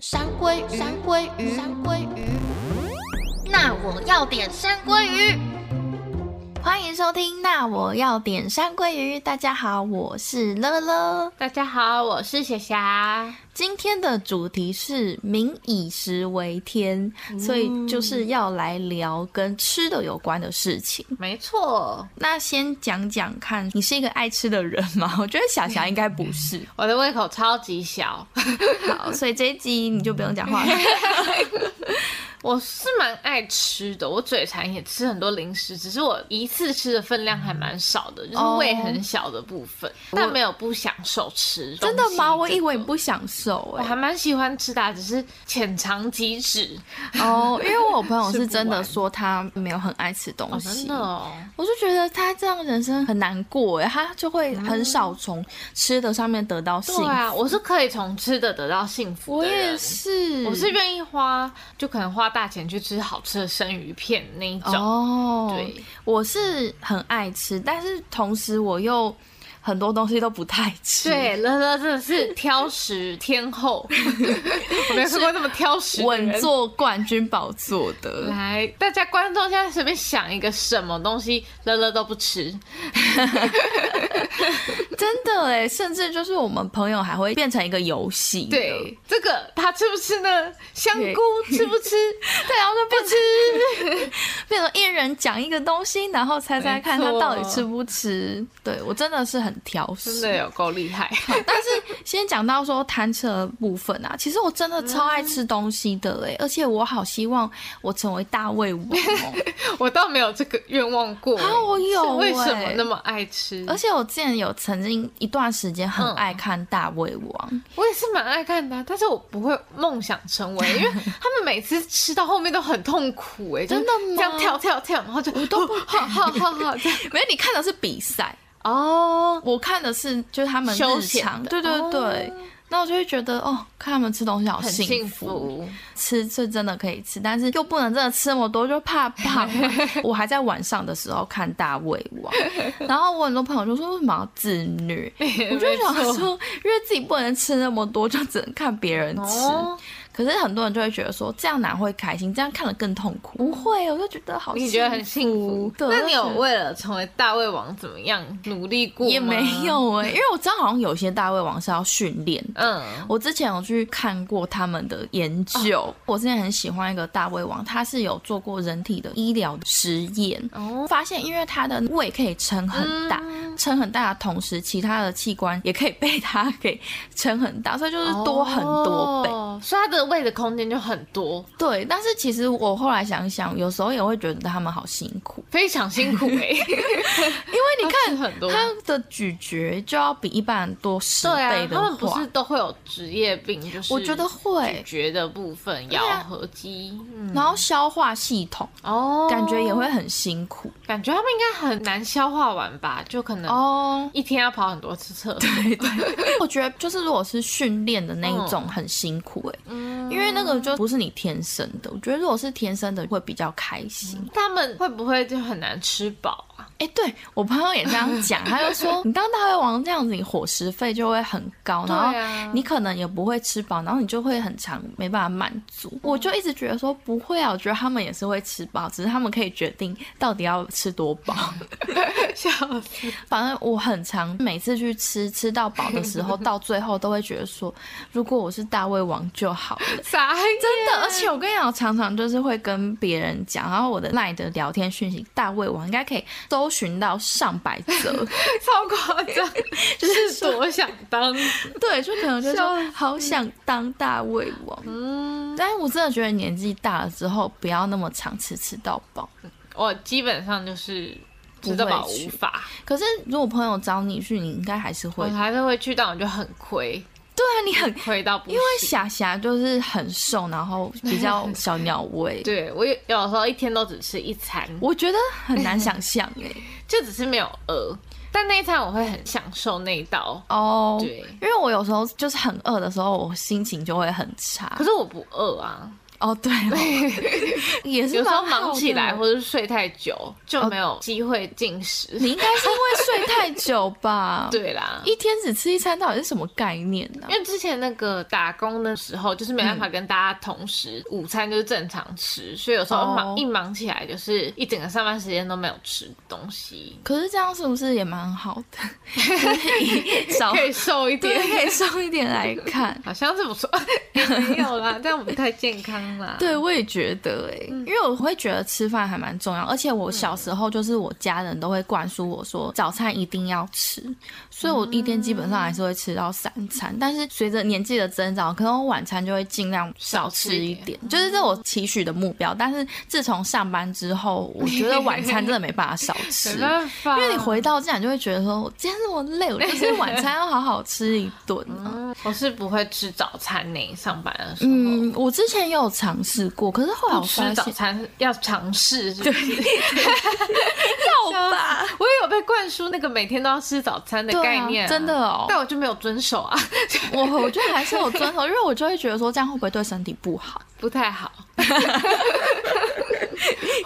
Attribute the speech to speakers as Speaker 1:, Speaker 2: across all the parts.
Speaker 1: 山鲑鱼，山鲑鱼，山鲑鱼。那我要点山鲑鱼。欢迎收听，那我要点山鲑鱼。大家好，我是乐乐。
Speaker 2: 大家好，我是霞霞。
Speaker 1: 今天的主题是“民以食为天”，
Speaker 2: 嗯
Speaker 1: 所以就是要来聊跟吃的有关的事情。
Speaker 2: 没错，
Speaker 1: 那先讲讲看，你是一个爱吃的人吗？ 我觉得小霞应该不是。
Speaker 2: 我的胃口超级小，
Speaker 1: 好，所以这一集你就不用讲话了。
Speaker 2: 我是蛮爱吃的，我嘴馋也吃很多零食，只是我一次吃的分量还蛮少的，就是
Speaker 1: 哦
Speaker 2: 胃很小的部分，但没有不享受吃。
Speaker 1: 真的吗？我以
Speaker 2: 以
Speaker 1: 为
Speaker 2: 为
Speaker 1: 你不享受
Speaker 2: 我
Speaker 1: 哎、
Speaker 2: 还蛮喜欢吃的啊，只是浅尝即止。
Speaker 1: 哦，因为我朋友是真的说他没有很爱吃东
Speaker 2: 哦，
Speaker 1: 西，
Speaker 2: 真的哦，
Speaker 1: 我就觉得他这样人生很难过哎，他就会很少从吃的上面得到幸
Speaker 2: 对
Speaker 1: 福。
Speaker 2: 啊，我是可以从吃的得到幸福
Speaker 1: 我
Speaker 2: 的人。
Speaker 1: 也是，
Speaker 2: 我是愿意花，就可能花大钱去吃好吃的生鱼片那一种。
Speaker 1: 哦，
Speaker 2: 对，
Speaker 1: 我是很爱吃，但是同时我又很多东西都不太吃。
Speaker 2: 对，乐乐真的是挑食天后，我没有看过那么挑食的人
Speaker 1: 稳。坐冠军宝座的，
Speaker 2: 来，大家观众现在随便想一个什么东西，乐乐都不吃。
Speaker 1: 真的哎，甚至就是我们朋友还会变成一个游戏，
Speaker 2: 对，这个他吃不吃呢？香
Speaker 1: 对
Speaker 2: 菇吃不吃？
Speaker 1: 对，然后就不吃， 变成一人讲一个东西，然后猜猜看
Speaker 2: 没
Speaker 1: 他
Speaker 2: 错
Speaker 1: 到底吃不吃。对我真的是很挑
Speaker 2: 真
Speaker 1: 食，
Speaker 2: 的有够厉害。
Speaker 1: 但是先讲到说贪吃的部分啊，其实我真的
Speaker 2: 嗯
Speaker 1: 超爱吃东西的哎、而且我好希望我成为大胃王、 哦，
Speaker 2: 我倒没有这个愿望过。
Speaker 1: 啊我有
Speaker 2: 是为什么
Speaker 1: 欸
Speaker 2: 那么爱吃？
Speaker 1: 而且我之前有曾经一段时间很
Speaker 2: 嗯
Speaker 1: 爱看大胃王，
Speaker 2: 我也是蛮爱看的啊，但是我不会梦想成为，因为他们每次吃到后面都很痛苦哎、就是
Speaker 1: 真的吗
Speaker 2: 这样跳跳跳，然后就我都不好好好好这样
Speaker 1: 没有你看的是比赛，
Speaker 2: 哦，
Speaker 1: 我看的是就是他们
Speaker 2: 休
Speaker 1: 日
Speaker 2: 闲
Speaker 1: 常，
Speaker 2: 的
Speaker 1: 对对对。那我就会觉得哦，看他们吃东西好
Speaker 2: 很
Speaker 1: 幸
Speaker 2: 幸福。
Speaker 1: 吃是真的可以吃，但是又不能真的吃那么多，就怕胖 嘛。我还在晚上的时候看大胃王，然后我很多朋友就说为什么要自虐？我就想
Speaker 2: 没错
Speaker 1: 说，因为自己不能吃那么多，就只能看别人吃。
Speaker 2: 哦，
Speaker 1: 可是很多人就会觉得说这样哪会开心，这样看了更痛苦。不会，我就觉得好，
Speaker 2: 哦你觉得很幸福？
Speaker 1: 对
Speaker 2: 那你有
Speaker 1: 而且
Speaker 2: 为了成为大胃王怎么样努力过吗？
Speaker 1: 也没，有哎、因为我知道好像有些大胃王是要训练的。
Speaker 2: 嗯，
Speaker 1: 我之前有去看过他们的研究，我之前很喜欢一个大胃王，他是有做过人体的医疗实验，
Speaker 2: 哦，
Speaker 1: 发现因为他的胃可以撑很大。撑很大的同时，其他的器官也可以被他给撑很大，所以就是多很多倍。
Speaker 2: 哦，所以它的胃的空间就很多，
Speaker 1: 对，但是其实我后来想一想，有时候也会觉得他们好辛苦，
Speaker 2: 非常辛 苦哎、
Speaker 1: 因为你看
Speaker 2: 吃很多。
Speaker 1: 他的咀嚼就要比一般人多十
Speaker 2: 啊对啊
Speaker 1: 倍，的
Speaker 2: 他们不
Speaker 1: 话，
Speaker 2: 是都会有职业病，就是
Speaker 1: 我觉得
Speaker 2: 咀
Speaker 1: 会。
Speaker 2: 嚼的部分，咬合肌，嗯，
Speaker 1: 然后消化系统
Speaker 2: 哦，
Speaker 1: 感觉也会很辛苦
Speaker 2: 感觉他们应该很难消化完吧，就可能
Speaker 1: 哦。
Speaker 2: 一天要跑很多次厕所，
Speaker 1: 我觉得就是如果是训练的那一种很辛苦哎、
Speaker 2: 嗯，
Speaker 1: 因为那个就不是你天生的。我觉得如果是天生的会比较开心。
Speaker 2: 他们会不会就很难吃饱 啊？
Speaker 1: 哎、对我朋友也这样讲，他就 说你当大胃王这样子，你伙食费就会很高，然
Speaker 2: 对
Speaker 1: 后
Speaker 2: 啊
Speaker 1: 你可能也不会吃饱，然后你就会很长没办法满足。我就一直觉得说不会啊，我觉得他们也是会吃饱，只是他们可以决定到底要吃多饱。
Speaker 2: 笑死，
Speaker 1: 反正我很常每次去吃吃到饱的时候，到最后都会觉得说，如果我是大胃王就好了。
Speaker 2: 傻眼，
Speaker 1: 真的，而且我跟你讲，我常常就是会跟别人讲，然后我的赖的聊天讯息，大胃王应该可以搜寻到上百则，
Speaker 2: 超夸张， 就是多想当，
Speaker 1: 对，就可能就
Speaker 2: 笑
Speaker 1: 说好想当大胃王。
Speaker 2: 嗯，
Speaker 1: 但是我真的觉得年纪大了之后，不要那么常吃吃到饱。
Speaker 2: 我基本上就是吃到饱无法，
Speaker 1: 可是如果朋友找你去，你应该还是
Speaker 2: 我
Speaker 1: 会。
Speaker 2: 还是会去，但我就很亏，
Speaker 1: 对啊，你很
Speaker 2: 亏到不行，，
Speaker 1: 因为霞霞就是很瘦，然后比较小鸟 胃
Speaker 2: 对我有有时候一天都只吃一餐，
Speaker 1: 我觉得很难想象哎、
Speaker 2: 就只是没有鹅，但那一餐我会很享受那一道。
Speaker 1: 哦、
Speaker 2: 对
Speaker 1: 因为我有时候就是很饿的时候，我心情就会很差
Speaker 2: 可。是我不饿啊，
Speaker 1: 哦，对 哦，也是
Speaker 2: 有时候
Speaker 1: 蛮好
Speaker 2: 忙起
Speaker 1: 的
Speaker 2: 来或者是睡太久就没有机会进食。？，
Speaker 1: 你应该是因为睡太久吧
Speaker 2: 对啦，
Speaker 1: 一天只吃一餐到底是什么概念呢、
Speaker 2: 因为之前那个打工的时候，就是没办
Speaker 1: 嗯
Speaker 2: 法跟大家同时、午餐就是正常吃，所以有时候忙、
Speaker 1: 哦
Speaker 2: 一忙起来，就是一整个上班时间都没有吃东西，
Speaker 1: 可是这样是不是也蛮好的？就是以少
Speaker 2: 可以瘦一
Speaker 1: 对
Speaker 2: 点，
Speaker 1: 可以瘦一点来看。
Speaker 2: 好像是不错， 哎没有啦，这样不太健康啦。
Speaker 1: 对，我也觉得哎、因为我会觉得吃饭还蛮重要，而且我小时候就是我家人都会灌输我说早餐一定要吃，所以我一天基本上还是会吃到三餐。但是随着年纪的增长，可能我晚餐就会尽量少吃一点，就是这我期许的目标。但是自从上班之后，我觉得晚餐真的没办法少吃
Speaker 2: 没。办法，
Speaker 1: 因为你回到家，你就会觉得说，我今天这么累，我就是晚餐要好好吃一顿啊、
Speaker 2: 嗯我是不会吃早餐呢、上班的时候。
Speaker 1: 嗯，我之前也有尝试过，可是后来我
Speaker 2: 不
Speaker 1: 发
Speaker 2: 吃早
Speaker 1: 现，
Speaker 2: 餐要尝试，对，
Speaker 1: 要吧？
Speaker 2: 我也有被灌输那个每天都要吃早餐的
Speaker 1: 对啊
Speaker 2: 概念啊、
Speaker 1: 真的哦
Speaker 2: 但我就没有遵守啊，
Speaker 1: 我我觉得还是有遵守，因为我就会觉得说这样会不会对身体不好？
Speaker 2: 不太 好。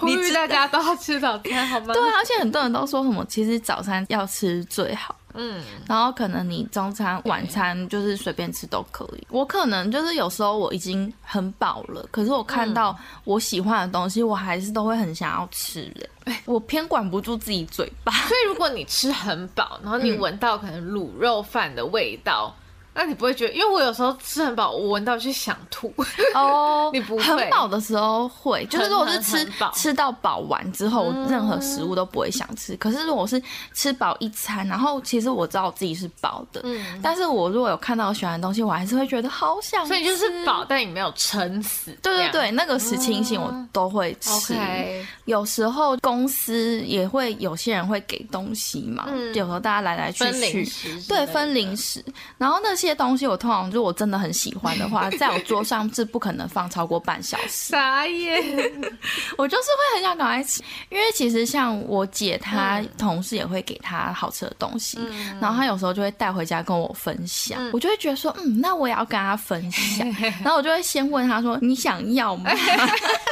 Speaker 2: 呼吁大家都要吃早餐好吗？
Speaker 1: 对啊，而且很多人都说什么，其实早餐要吃最好，
Speaker 2: 嗯，
Speaker 1: 然后可能你中餐、晚餐就是随便吃都可以。我可能就是有时候我已经很饱了，可是我
Speaker 2: 嗯
Speaker 1: 看到我喜欢的东西，我还是都会很想要吃的。
Speaker 2: 哎
Speaker 1: 我偏管不住自己嘴巴，
Speaker 2: 所以如果你吃很饱，然后你闻到可能卤肉饭的味道，那你不会觉得？因为我有时候吃很饱，我闻到就想 吐。
Speaker 1: 哦，
Speaker 2: 你不会
Speaker 1: 很饱的时候会，就是如果是
Speaker 2: 很
Speaker 1: 吃
Speaker 2: 很饱嗯
Speaker 1: 吃到饱完之后，我任何食物都不会想吃。可是如果是吃饱一餐，然后其实我知道我自己是饱的，
Speaker 2: 嗯，
Speaker 1: 但是我如果有看到我喜欢的东西，我还是会觉得好想吃。
Speaker 2: 所以你就是饱，但你没有撑死。
Speaker 1: 对对
Speaker 2: 这样。
Speaker 1: 对，那个时清醒我都会吃。
Speaker 2: OK，
Speaker 1: 有时候公司也会有些人会给东西嘛，
Speaker 2: 嗯
Speaker 1: 有时候大家来来去
Speaker 2: 分零
Speaker 1: 去，
Speaker 2: 食之类
Speaker 1: 对，
Speaker 2: 的，
Speaker 1: 分零食。然后那些东西，我通常就我真的很喜欢的 话，在我桌上是不可能放超过半小时。
Speaker 2: 傻眼。
Speaker 1: 我就是会很想赶快吃，因为其实像我姐她
Speaker 2: 嗯
Speaker 1: 同事也会给她好吃的东西，然后她有时候就会带回家跟我分享，我就会觉得说，嗯，那我也要跟她分享， 然后我就会先问她说，你想要吗？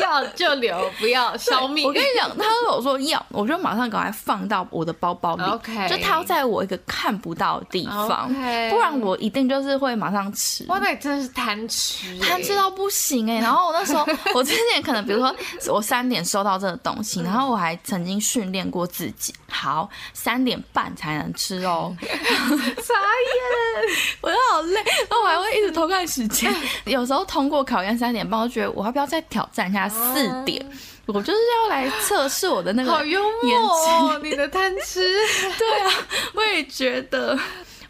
Speaker 2: 要就留，不要消 灭
Speaker 1: 我。跟你讲，她如果说要，我就马上赶快放到我的包包里
Speaker 2: OK
Speaker 1: 就掏在我一个看不到的地方
Speaker 2: OK
Speaker 1: 不然我一定就是会马上吃。
Speaker 2: 哇，那你真的是贪吃欸，
Speaker 1: 贪吃到不行哎、然后我那 时候，我之前可能比如说我三点收到这个东西，然后我还曾经训练过自己，好三点半才能吃哦，
Speaker 2: 傻眼。
Speaker 1: 我就好累，然后我还会一直偷看时 间，有时候通过考验三点半，我就觉得我要不要再挑战一下四点，我就是要来测试我的那个
Speaker 2: 啊好幽默哦，你的贪吃。
Speaker 1: 对啊， 我也觉得。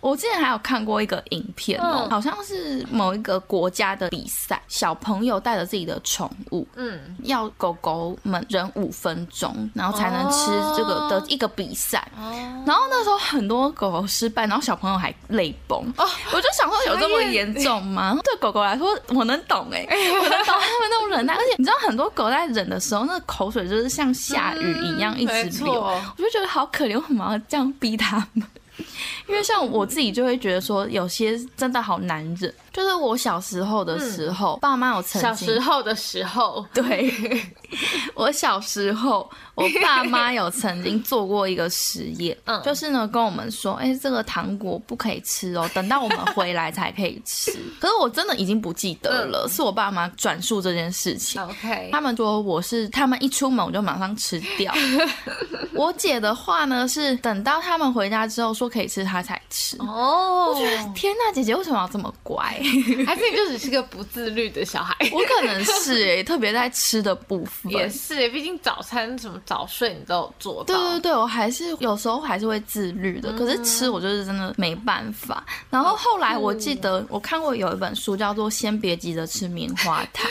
Speaker 1: 我之前还有看过一个影片哦、
Speaker 2: 嗯
Speaker 1: 好像是某一个国家的比赛，小朋友带着自己的宠物，
Speaker 2: 嗯，
Speaker 1: 要狗狗们忍五分钟，然后才能吃这个的一个比赛。
Speaker 2: 哦，
Speaker 1: 然后那时候很多狗狗失败，然后小朋友还泪崩。哦，我就想说有这么严重吗？对狗狗来说，我能懂 哎、我能懂他们那种忍耐。而且你知道，很多狗在忍的时候，那口水就是像下雨一样一
Speaker 2: 没
Speaker 1: 直流。
Speaker 2: 错
Speaker 1: 我就觉得好可怜，为什么要这样逼他们？ 因为像我自己就会觉得说，有些真的好难忍。就是我小时候的时候，爸妈有曾经
Speaker 2: 嗯小时候的时候，
Speaker 1: 对， 我小时候，我爸妈有曾经做过一个实验，
Speaker 2: 嗯
Speaker 1: 就是呢跟我们说，哎、这个糖果不可以吃哦，等到我们回来才可以吃。可是我真的已经不记得了，
Speaker 2: 嗯
Speaker 1: 是我爸妈转述这件事情。
Speaker 2: OK，
Speaker 1: 他们说我是他们一出门我就马上吃 掉。我姐的话呢是等到他们回家之后说可以吃，她才吃。
Speaker 2: 哦，
Speaker 1: 天呐，姐姐为什么要这么乖？
Speaker 2: 还是你就只是个不自律的 小孩。
Speaker 1: 我可能是哎、特别在吃的部分
Speaker 2: 也是欸，毕竟早餐什么早睡你都有做
Speaker 1: 对
Speaker 2: 到
Speaker 1: 对。对，我还是有时候还是会自律
Speaker 2: 嗯
Speaker 1: 的，可是吃我就是真的没办法。然后后来我记
Speaker 2: 嗯
Speaker 1: 得我看过有一本书叫做《先别急着吃棉花糖》。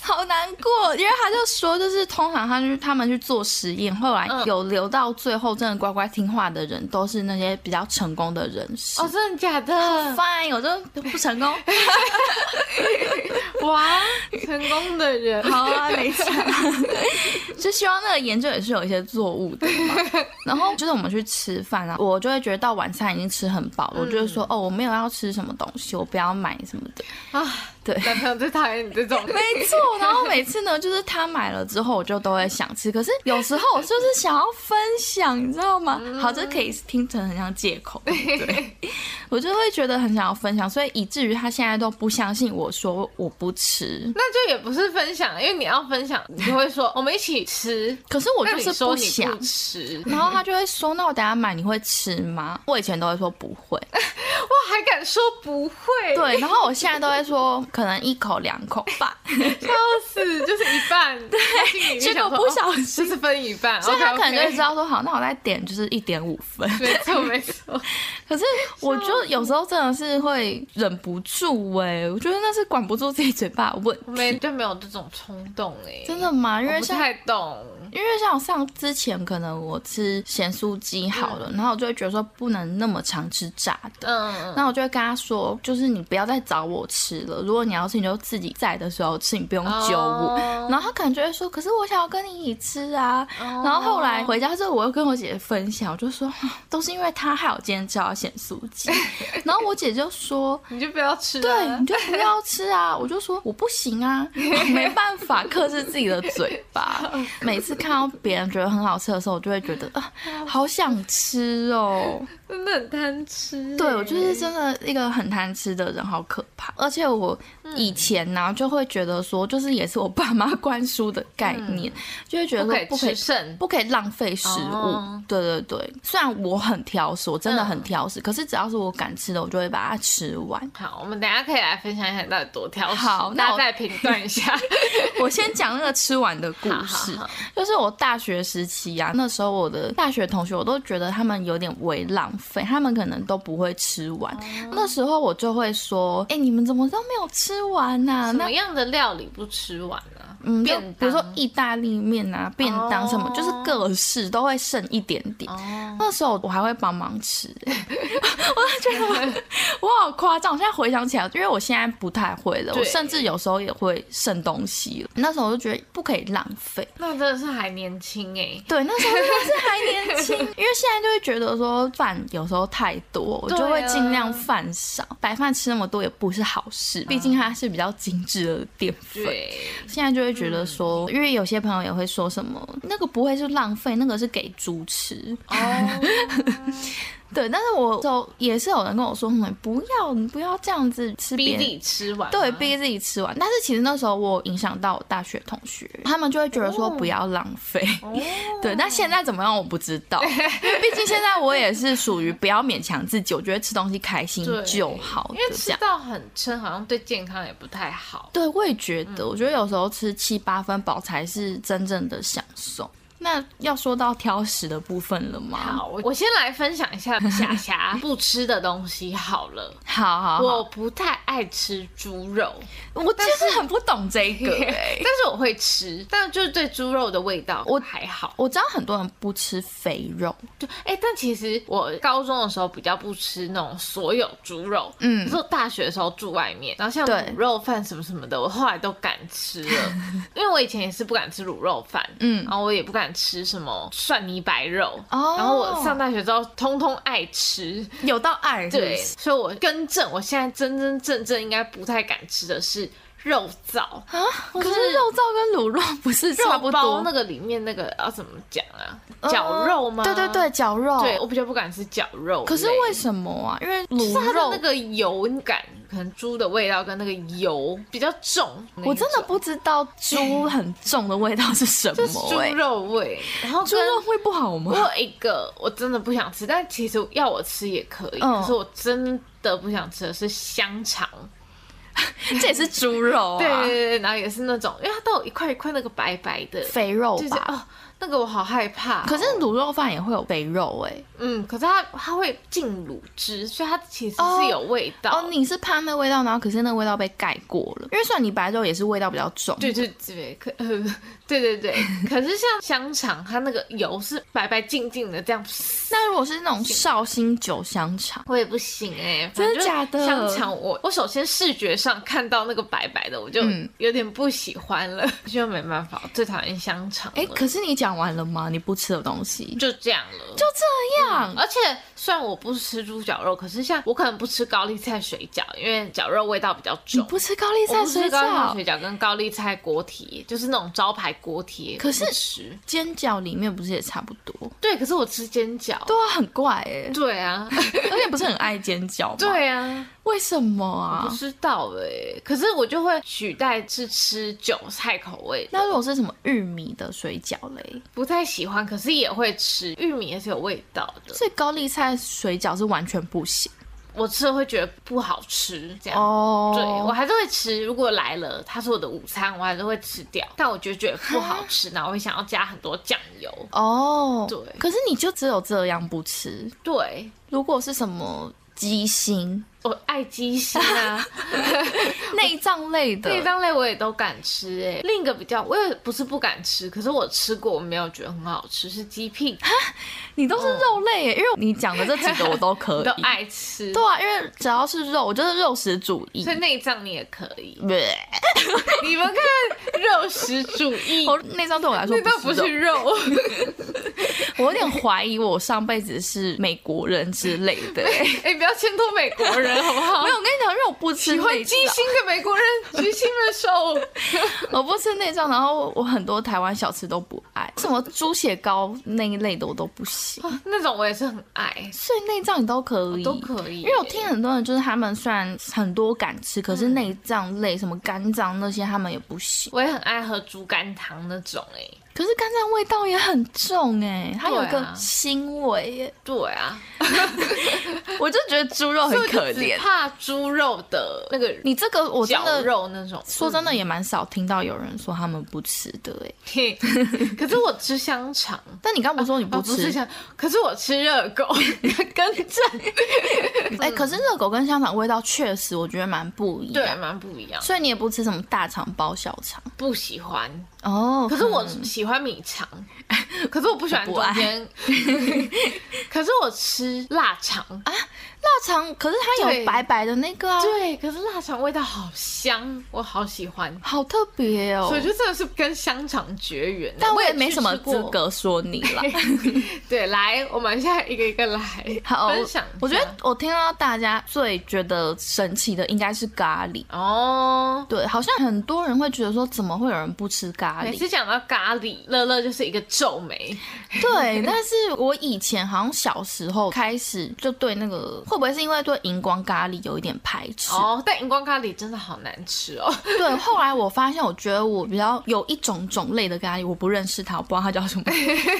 Speaker 1: 好难过，因为他就说，就是通常他去他们去做实验，后来
Speaker 2: 嗯
Speaker 1: 有留到最后真的乖乖听话的人，都是那些比较成功的人士。
Speaker 2: 哦，真的假的？
Speaker 1: fine，我就不成功。
Speaker 2: 哇，成功的 人，
Speaker 1: 好啊，没错，就希望那个研究也是有一些作物的 嘛。然后就是我们去吃饭啊，我就会觉得嗯到晚餐已经吃很饱了，我就会说哦，我没有要吃什么东西，我不要买什么的。
Speaker 2: 啊，
Speaker 1: 对
Speaker 2: 男朋友最讨厌你这种。
Speaker 1: 没错，然后每次呢，就是他买了之后，我就都会想吃。可是有时候我就是想要分享，你知道吗？
Speaker 2: 嗯
Speaker 1: 好，这可以听成很像借口，对，我就会觉得很想要分享，所以以至于他现在都不相信我说我不吃。
Speaker 2: 那就也不是分享，因为你要分享，你就会说我们一起吃。
Speaker 1: 可是我
Speaker 2: 那
Speaker 1: 就
Speaker 2: 你
Speaker 1: 是
Speaker 2: 说你
Speaker 1: 想
Speaker 2: 不， 吃，
Speaker 1: 然后他就会说：“那我等下买你会吃吗？”我以前都会说不会，
Speaker 2: 哇，还敢说不会？，
Speaker 1: 对，然后我现在都会说可能一口两口 吧，
Speaker 2: 笑死，就是一半。 对
Speaker 1: 结果不小
Speaker 2: 哦就
Speaker 1: 心
Speaker 2: 是分一半，
Speaker 1: 所以他
Speaker 2: OK，OK
Speaker 1: 可能就会知道说好，那我再点就是一点五分。
Speaker 2: 没错没错，
Speaker 1: 可 是我就有时候真的是会忍不住哎、我觉得那是管不住自己嘴巴的问
Speaker 2: 我
Speaker 1: 题。
Speaker 2: 们 就没有这种冲动哎、
Speaker 1: 真的吗？因
Speaker 2: 我
Speaker 1: 为
Speaker 2: 不
Speaker 1: 像
Speaker 2: 太懂。
Speaker 1: 因为像我上之前，可能我吃咸酥鸡好了，然后我就会觉得说不能那么常吃炸的。
Speaker 2: 嗯，
Speaker 1: 那我就会跟他说，就是你不要再找我吃了。如果你要吃，你就自己在的时候吃，你不用揪我。
Speaker 2: 哦
Speaker 1: 然后他可能就会说，可是我想要跟你一起吃啊。
Speaker 2: 哦
Speaker 1: 然后后来回家之后，我又跟我姐姐分享，我就说啊都是因为他害我今天吃到咸酥 鸡。然后我姐就说，
Speaker 2: 你就不要吃啊
Speaker 1: 对，
Speaker 2: 了
Speaker 1: 你。就不要吃啊！我就说我不行 啊，没办法克制自己的嘴 巴。每次看到别人觉得很好吃的时候，我就会觉得啊、好想吃哦。
Speaker 2: 真的很贪吃欸。
Speaker 1: 对我就是真的一个很贪吃的人，好可怕。而且我以前呢、就会觉得说，就是也是我爸妈 灌输的概念，就会觉得
Speaker 2: 不
Speaker 1: 说
Speaker 2: 可
Speaker 1: 嗯
Speaker 2: 以
Speaker 1: 不可以
Speaker 2: 吃剩。
Speaker 1: 不可以浪费食物。
Speaker 2: 哦
Speaker 1: 对对对，虽然我很挑食，我真的很挑食，可是只要是我敢吃的，我就会把它吃完。
Speaker 2: 好，我们等一下可以来分享一下你到底多挑食，
Speaker 1: 好那
Speaker 2: 大
Speaker 1: 我
Speaker 2: 家再评断 一下。
Speaker 1: 我先讲那个吃完的故事，
Speaker 2: 好好好
Speaker 1: 就是我大学时期啊，那时候我的大学同学，我都觉得他们有点微浪费，他们可能都不会吃完。
Speaker 2: 哦
Speaker 1: 那时候我就会说，哎、你们怎么都没有吃完呐、
Speaker 2: 什
Speaker 1: 那
Speaker 2: 么样的料理不吃完啊呢？
Speaker 1: 嗯，就
Speaker 2: 便
Speaker 1: 比如说
Speaker 2: 当
Speaker 1: 意大利面啊、便当什么，
Speaker 2: 哦
Speaker 1: 就是各式都会剩一点点。
Speaker 2: 哦，
Speaker 1: 那时候我还会帮忙吃、 欸我就觉得我好夸张。我现在回想起来，因为我现在不太会了，我
Speaker 2: 对
Speaker 1: 甚至有时候也会剩东西了。那时候我就觉得不可以浪费。
Speaker 2: 那真的是还年轻哎。
Speaker 1: 对，那时候真的是还年轻，因为现在就会觉得说饭有时候太多，我
Speaker 2: 对啊
Speaker 1: 就会尽量饭少，白饭吃那么多也不是好事，毕竟它是比较精致的淀粉。
Speaker 2: 嗯对，
Speaker 1: 现在就会觉得说，因为有些朋友也会说什么那个不会是浪费，那个是给猪吃。
Speaker 2: 哦，
Speaker 1: 对，但是我就也是有人跟我说，嗯不要你不要这样子吃别
Speaker 2: 逼
Speaker 1: 人
Speaker 2: 自己吃完吗。啊
Speaker 1: 对，逼自己吃完。但是其实那时候我有影响到我大学同学，他们就会觉得
Speaker 2: 哦
Speaker 1: 说不要浪费。 对，但现在怎么样我不知道，因为毕竟现在我也是属于不要勉强自己，我觉得吃东西开心
Speaker 2: 对
Speaker 1: 就好
Speaker 2: 因为
Speaker 1: 的这
Speaker 2: 吃
Speaker 1: 样。
Speaker 2: 到很撑，好像对健康也不太好。
Speaker 1: 对，我也觉得，
Speaker 2: 嗯
Speaker 1: 我觉得有时候吃七八分饱才是真正的享受。那要说到挑食的部分了吗？
Speaker 2: 好，我我先来分享一下霞霞不吃的东西好了。
Speaker 1: 好 好好，
Speaker 2: 我不太爱吃猪肉，
Speaker 1: 我其实很不懂这 个、欸
Speaker 2: 但是我会吃，但就是对猪肉的味道我还好。
Speaker 1: 我知道很多人不吃肥肉，
Speaker 2: 就哎、但其实我高中的时候比较不吃那种所有猪肉，
Speaker 1: 嗯
Speaker 2: 可是我大学的时候住外面，然后像
Speaker 1: 对
Speaker 2: 卤肉饭什么什么的，我后来都敢吃 了，因为我以前也是不敢吃卤肉饭，
Speaker 1: 嗯
Speaker 2: 然后我也不敢吃什么蒜泥白肉，
Speaker 1: 哦
Speaker 2: 然后我上大学之后通通爱吃，
Speaker 1: 有到爱是不
Speaker 2: 对，
Speaker 1: 是
Speaker 2: 所以我更正，我现在真真正正应该不太敢吃的是肉燥，
Speaker 1: 啊，可
Speaker 2: 是
Speaker 1: 是肉燥跟卤肉不是差
Speaker 2: 肉
Speaker 1: 不
Speaker 2: 包
Speaker 1: 多
Speaker 2: 那个里面那个要怎么讲啊？
Speaker 1: 呃
Speaker 2: 绞肉吗？
Speaker 1: 对对对，绞肉。
Speaker 2: 对，我比较不敢吃绞肉类。
Speaker 1: 可是为什么啊？因为
Speaker 2: 就是
Speaker 1: 卤
Speaker 2: 它的
Speaker 1: 肉
Speaker 2: 那个油感，可能猪的味道跟那个油比较重。
Speaker 1: 我真的不知道猪 很重的味道是什
Speaker 2: 那一种
Speaker 1: 么
Speaker 2: 就是
Speaker 1: 欸
Speaker 2: 猪肉味，然后
Speaker 1: 猪
Speaker 2: 跟
Speaker 1: 肉会不好
Speaker 2: 我
Speaker 1: 吗？
Speaker 2: 有一个我真的不想吃，但其实要我吃也可以。
Speaker 1: 嗯
Speaker 2: 可是我真的不想吃的是香肠，
Speaker 1: 这也是猪肉
Speaker 2: 对
Speaker 1: 啊
Speaker 2: 对，对，对然后也是那种，因为它都有一块一块那个白白的，
Speaker 1: 肥肉
Speaker 2: 就是
Speaker 1: 吧。
Speaker 2: 哦，那个我好害怕哦、
Speaker 1: 可是卤肉饭也会有肥肉哎。
Speaker 2: 嗯，可是它它会进乳汁，所以它其实是有味道。
Speaker 1: 哦，你是怕那味道，然后可是那味道被盖过了，因为蒜泥白肉也是味道比较重。
Speaker 2: 对对对，可呃， 对对对，可是像香肠，它那个油是白白净净的，这样
Speaker 1: 那如果是那种绍兴酒香肠，
Speaker 2: 我也不行哎、
Speaker 1: 真的
Speaker 2: 反正
Speaker 1: 假的
Speaker 2: 香肠我我首先视觉上看到那个白白的，我就
Speaker 1: 嗯
Speaker 2: 有点不喜欢了， 就没办法，我最讨厌香肠了。
Speaker 1: 哎、可是你讲完了吗？你不吃的东西
Speaker 2: 就这样了，
Speaker 1: 就这样，
Speaker 2: 而且虽然我不吃猪脚肉，可是像我可能不吃高丽菜水饺，因为绞肉味道比较
Speaker 1: 你
Speaker 2: 重。
Speaker 1: 不吃高丽
Speaker 2: 我
Speaker 1: 菜
Speaker 2: 不吃
Speaker 1: 水
Speaker 2: 高丽菜
Speaker 1: 饺，
Speaker 2: 水饺跟高丽菜锅贴，就是那种招牌锅贴，
Speaker 1: 可是
Speaker 2: 我不吃
Speaker 1: 煎饺里面不是也差不多？
Speaker 2: 对，可是我吃煎饺，
Speaker 1: 对啊，很怪哎、
Speaker 2: 对 啊，
Speaker 1: 而且不是很爱煎饺吗？，
Speaker 2: 对啊，
Speaker 1: 为什么啊
Speaker 2: 不？知道哎、可是我就会取代是吃韭菜口味的，
Speaker 1: 那如果是什么玉米的水饺嘞？
Speaker 2: 不太喜欢，可是也会吃。玉米也是有味道的，
Speaker 1: 所以高丽菜水饺是完全不行
Speaker 2: 我吃了会觉得不好吃，这样。
Speaker 1: 哦。
Speaker 2: 对，我还是会吃。如果来了，它是我的午餐，我还是会吃掉。但我就觉得不
Speaker 1: 啊
Speaker 2: 好吃，然后我会想要加很多酱油。
Speaker 1: 哦，
Speaker 2: 对
Speaker 1: 可是你就只有这样不吃。
Speaker 2: 对，
Speaker 1: 如果是什么鸡心、
Speaker 2: 我爱鸡 心啊，
Speaker 1: 内脏类的，
Speaker 2: 内脏类我也都敢吃哎、另一个比较，我也不是不敢吃，可是我吃过，我没有觉得很好吃，是鸡屁 股，
Speaker 1: 你都是肉类耶，因为你讲的这几个我都可以，
Speaker 2: 哦 都爱吃。
Speaker 1: 对啊，因为只要是肉，我就是肉食主义，
Speaker 2: 所。以内脏你也可以
Speaker 1: 对，
Speaker 2: 你们看肉食主 义，
Speaker 1: 我哦内脏对我来说
Speaker 2: 那都不
Speaker 1: 是肉，
Speaker 2: 是肉。
Speaker 1: 我有点怀疑我上辈子是美国人之类的欸耶。
Speaker 2: 哎、不要牵拖美国人好不好
Speaker 1: 没？有，我跟你讲，因为我不吃
Speaker 2: 喜欢
Speaker 1: 内
Speaker 2: 鸡
Speaker 1: 脏，
Speaker 2: 心的美国人， 举起你的手。
Speaker 1: 我不吃内脏，然后我很多台湾小吃都不爱，什么猪血糕那一类的我都不行，
Speaker 2: 那种我也是很爱，
Speaker 1: 啊所以内脏你都可以，
Speaker 2: 都可以。
Speaker 1: 因为我听很多人，就是他们虽然很多敢吃，可是内脏类、什么肝脏那些他们也不行。
Speaker 2: 我也很爱喝猪肝汤那种哎、
Speaker 1: 可是肝脏味道也很重哎、它有一
Speaker 2: 对
Speaker 1: 个
Speaker 2: 啊
Speaker 1: 腥味耶、
Speaker 2: 对啊，
Speaker 1: 我就觉得猪肉很可
Speaker 2: 所以我就
Speaker 1: 怜
Speaker 2: 只。怕猪肉的那个
Speaker 1: 你这个我真
Speaker 2: 绞
Speaker 1: 的
Speaker 2: 肉那种。
Speaker 1: 说真的也蛮少听到有人说他们不吃的哎、
Speaker 2: 嘿， 可是我吃香肠，
Speaker 1: 但你刚不是说你不
Speaker 2: 哦不是
Speaker 1: 吃哎、
Speaker 2: 香，可是我吃热狗， 跟正
Speaker 1: 可是热狗跟香肠味道确实我觉得蛮不一
Speaker 2: 嗯对
Speaker 1: 样，
Speaker 2: 蛮不一样，
Speaker 1: 所以你也不吃什么大肠包小肠
Speaker 2: 不喜欢。
Speaker 1: 哦。
Speaker 2: 可是我
Speaker 1: 嗯
Speaker 2: 喜欢米 肠，可是我不喜欢
Speaker 1: 我不啊爱
Speaker 2: 中间。 可是我吃腊肠，
Speaker 1: 大肠，可是它有
Speaker 2: 对
Speaker 1: 白白的那个啊，
Speaker 2: 对，可是腊肠味道好香，我好喜欢。
Speaker 1: 好特别哦。
Speaker 2: 所以就真的是跟香肠绝缘，
Speaker 1: 但我
Speaker 2: 我
Speaker 1: 也没什么
Speaker 2: 去吃
Speaker 1: 资
Speaker 2: 过。
Speaker 1: 格说你啦。
Speaker 2: 对，来，我们现在一个一个来
Speaker 1: 好，
Speaker 2: 分享一下。
Speaker 1: 我觉得我听到大家最觉得神奇的应该是咖喱。
Speaker 2: 哦，
Speaker 1: 对，好像很多人会觉得说，怎么会有人不吃咖
Speaker 2: 每
Speaker 1: 喱？
Speaker 2: 次讲到咖喱，乐乐就是一个皱眉。
Speaker 1: 对，但是我以前好像小时候开始就对那个，会不会是因为对荧光咖喱有一点排斥？
Speaker 2: 哦，但荧光咖喱真的好难吃哦。
Speaker 1: 对，后来我发现，我觉得我比较有一种种类的咖喱，我不认识它，我不知道它叫什 么，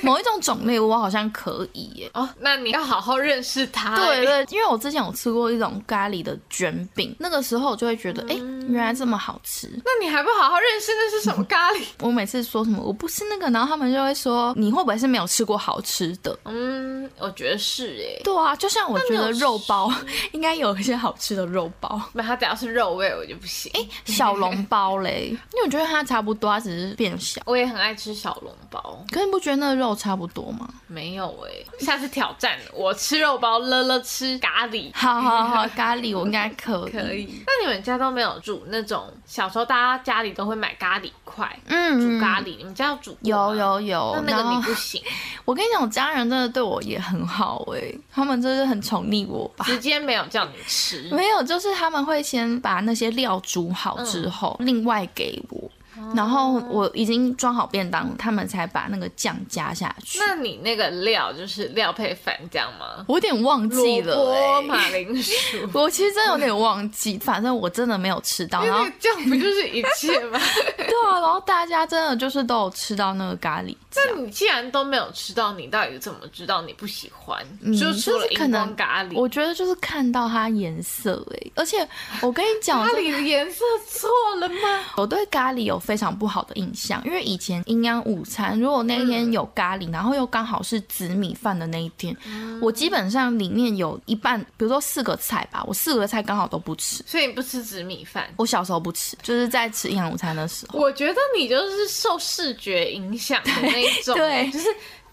Speaker 1: 某一种种类我好像可以耶。
Speaker 2: 哦，那你要好好认识它。
Speaker 1: 对，对，因为我之前有吃过一种咖喱的卷饼，那个时候我就会觉得，哎、原来这么好吃。
Speaker 2: 那你还不好好认识那是什么咖 喱？
Speaker 1: 我每次说什么我不吃那个，然后他们就会说你会不会是没有吃过好吃的？
Speaker 2: 嗯，我觉得是哎。
Speaker 1: 对啊，就像我觉得
Speaker 2: 那你有
Speaker 1: 肉包 应该有一些好吃的肉包，
Speaker 2: 那它只要是肉味，我就不行。哎，
Speaker 1: 小笼包嘞， 因为我觉得它差不多，它只是变小。
Speaker 2: 我也很爱吃小笼包。
Speaker 1: 可是你不觉得那个肉差不多吗？
Speaker 2: 没有哎、下次挑战我吃肉包，乐乐吃咖喱。
Speaker 1: 好好 好，咖喱我应该可以。
Speaker 2: 可以。那你们家都没有煮那种小时候大家家里都会买咖喱块煮
Speaker 1: 嗯，
Speaker 2: 咖喱，你们家有煮过吗
Speaker 1: 有。有有
Speaker 2: 那。那
Speaker 1: 然
Speaker 2: 个你
Speaker 1: 后
Speaker 2: 不行，
Speaker 1: 我跟你讲，我家人真的对我也很好哎、他们就是很宠溺我吧。
Speaker 2: 直接没有叫你 吃。
Speaker 1: 没有，就是他们会先把那些料煮好之后，另外给我，然后我已经装好便当，他们才把那个酱加下去。
Speaker 2: 那你那个料就是料配饭这样吗？
Speaker 1: 我有点忘记了、
Speaker 2: 萝卜、
Speaker 1: 欸，
Speaker 2: 马铃薯，
Speaker 1: 我其实真的有点忘记，反正我真的没有吃到。然
Speaker 2: 那
Speaker 1: 后
Speaker 2: 个酱 不就是一切吗？
Speaker 1: 对啊，然后大家真的就是都有吃到 那个咖喱酱，
Speaker 2: 那你既然都没有吃到，你到底怎么知道你不喜欢？
Speaker 1: 嗯
Speaker 2: 就除了
Speaker 1: 就是可
Speaker 2: 荧
Speaker 1: 能
Speaker 2: 光咖喱，
Speaker 1: 我觉得就是看到它颜色哎、而且我跟你讲，
Speaker 2: 咖
Speaker 1: 真的
Speaker 2: 喱的颜色错了吗？
Speaker 1: 我对咖喱有非常不好的印象，因为以前营养午餐，如果那天有咖喱，然后又刚好是紫米饭的那一天，
Speaker 2: 嗯
Speaker 1: 我基本上里面有一半，比如说四个菜吧，我四个菜刚好都不吃。
Speaker 2: 所以你不吃紫米饭。
Speaker 1: 我小时候不吃，就是在吃营养午餐的时候。
Speaker 2: 我觉得你就是受视觉影响的那一 种，
Speaker 1: 对
Speaker 2: 就是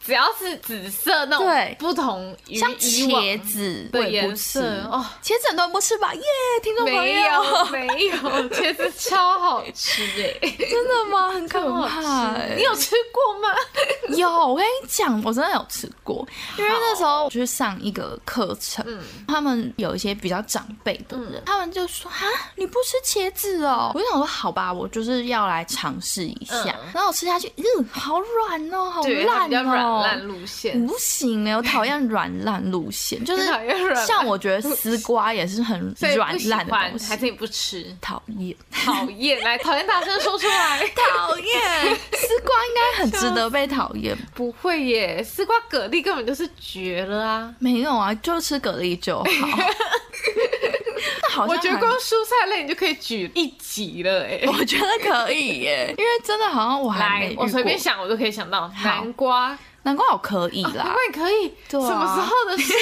Speaker 2: 只要是紫色那
Speaker 1: 对
Speaker 2: 种不同于
Speaker 1: 像
Speaker 2: 以往
Speaker 1: 茄子我
Speaker 2: 的
Speaker 1: 也不
Speaker 2: 颜
Speaker 1: 吃，
Speaker 2: 色哦，
Speaker 1: 茄子很多人不吃吧？耶、听众朋
Speaker 2: 没有
Speaker 1: 友，
Speaker 2: 没有， 茄子超好吃哎，
Speaker 1: 真的吗？很可
Speaker 2: 超
Speaker 1: 怕、
Speaker 2: 好
Speaker 1: 欸
Speaker 2: 吃！你。有吃过吗？
Speaker 1: 有，我跟你讲，我真的有吃过，因为那时候我去上一个课程，
Speaker 2: 嗯
Speaker 1: 他们有一些比较长辈的人，
Speaker 2: 嗯
Speaker 1: 他们就说啊，你不吃茄子哦？我就想说，好吧，我就是要来尝试一下。
Speaker 2: 嗯
Speaker 1: 然后我吃下去，嗯，好软哦，好
Speaker 2: 对，它比较
Speaker 1: 烂
Speaker 2: 软
Speaker 1: 哦，
Speaker 2: 烂路线
Speaker 1: 我，不行哎、我讨厌软烂路线， 就是
Speaker 2: 你讨厌软烂
Speaker 1: 像我觉得丝瓜也是很
Speaker 2: 所以不
Speaker 1: 软
Speaker 2: 喜
Speaker 1: 烂的东
Speaker 2: 欢，还
Speaker 1: 西，
Speaker 2: 是你不吃？
Speaker 1: 讨厌。
Speaker 2: 讨厌，来，讨厌大声说出来。
Speaker 1: 讨厌，丝瓜应该很值得被讨厌。
Speaker 2: 不会耶，丝瓜蛤蜊根本就是绝了啊！
Speaker 1: 没有啊，就吃蛤蜊 就好。那好像
Speaker 2: 我觉得
Speaker 1: 还
Speaker 2: 光蔬菜类你就可以举一集了哎。
Speaker 1: 我觉得可以 耶，因为真的好像我还没
Speaker 2: 来
Speaker 1: 遇，过
Speaker 2: 我随便想我都可以想到南瓜，
Speaker 1: 南瓜我可以
Speaker 2: 南
Speaker 1: 啦
Speaker 2: 瓜，你可以。
Speaker 1: 对啊
Speaker 2: 什么时候的事？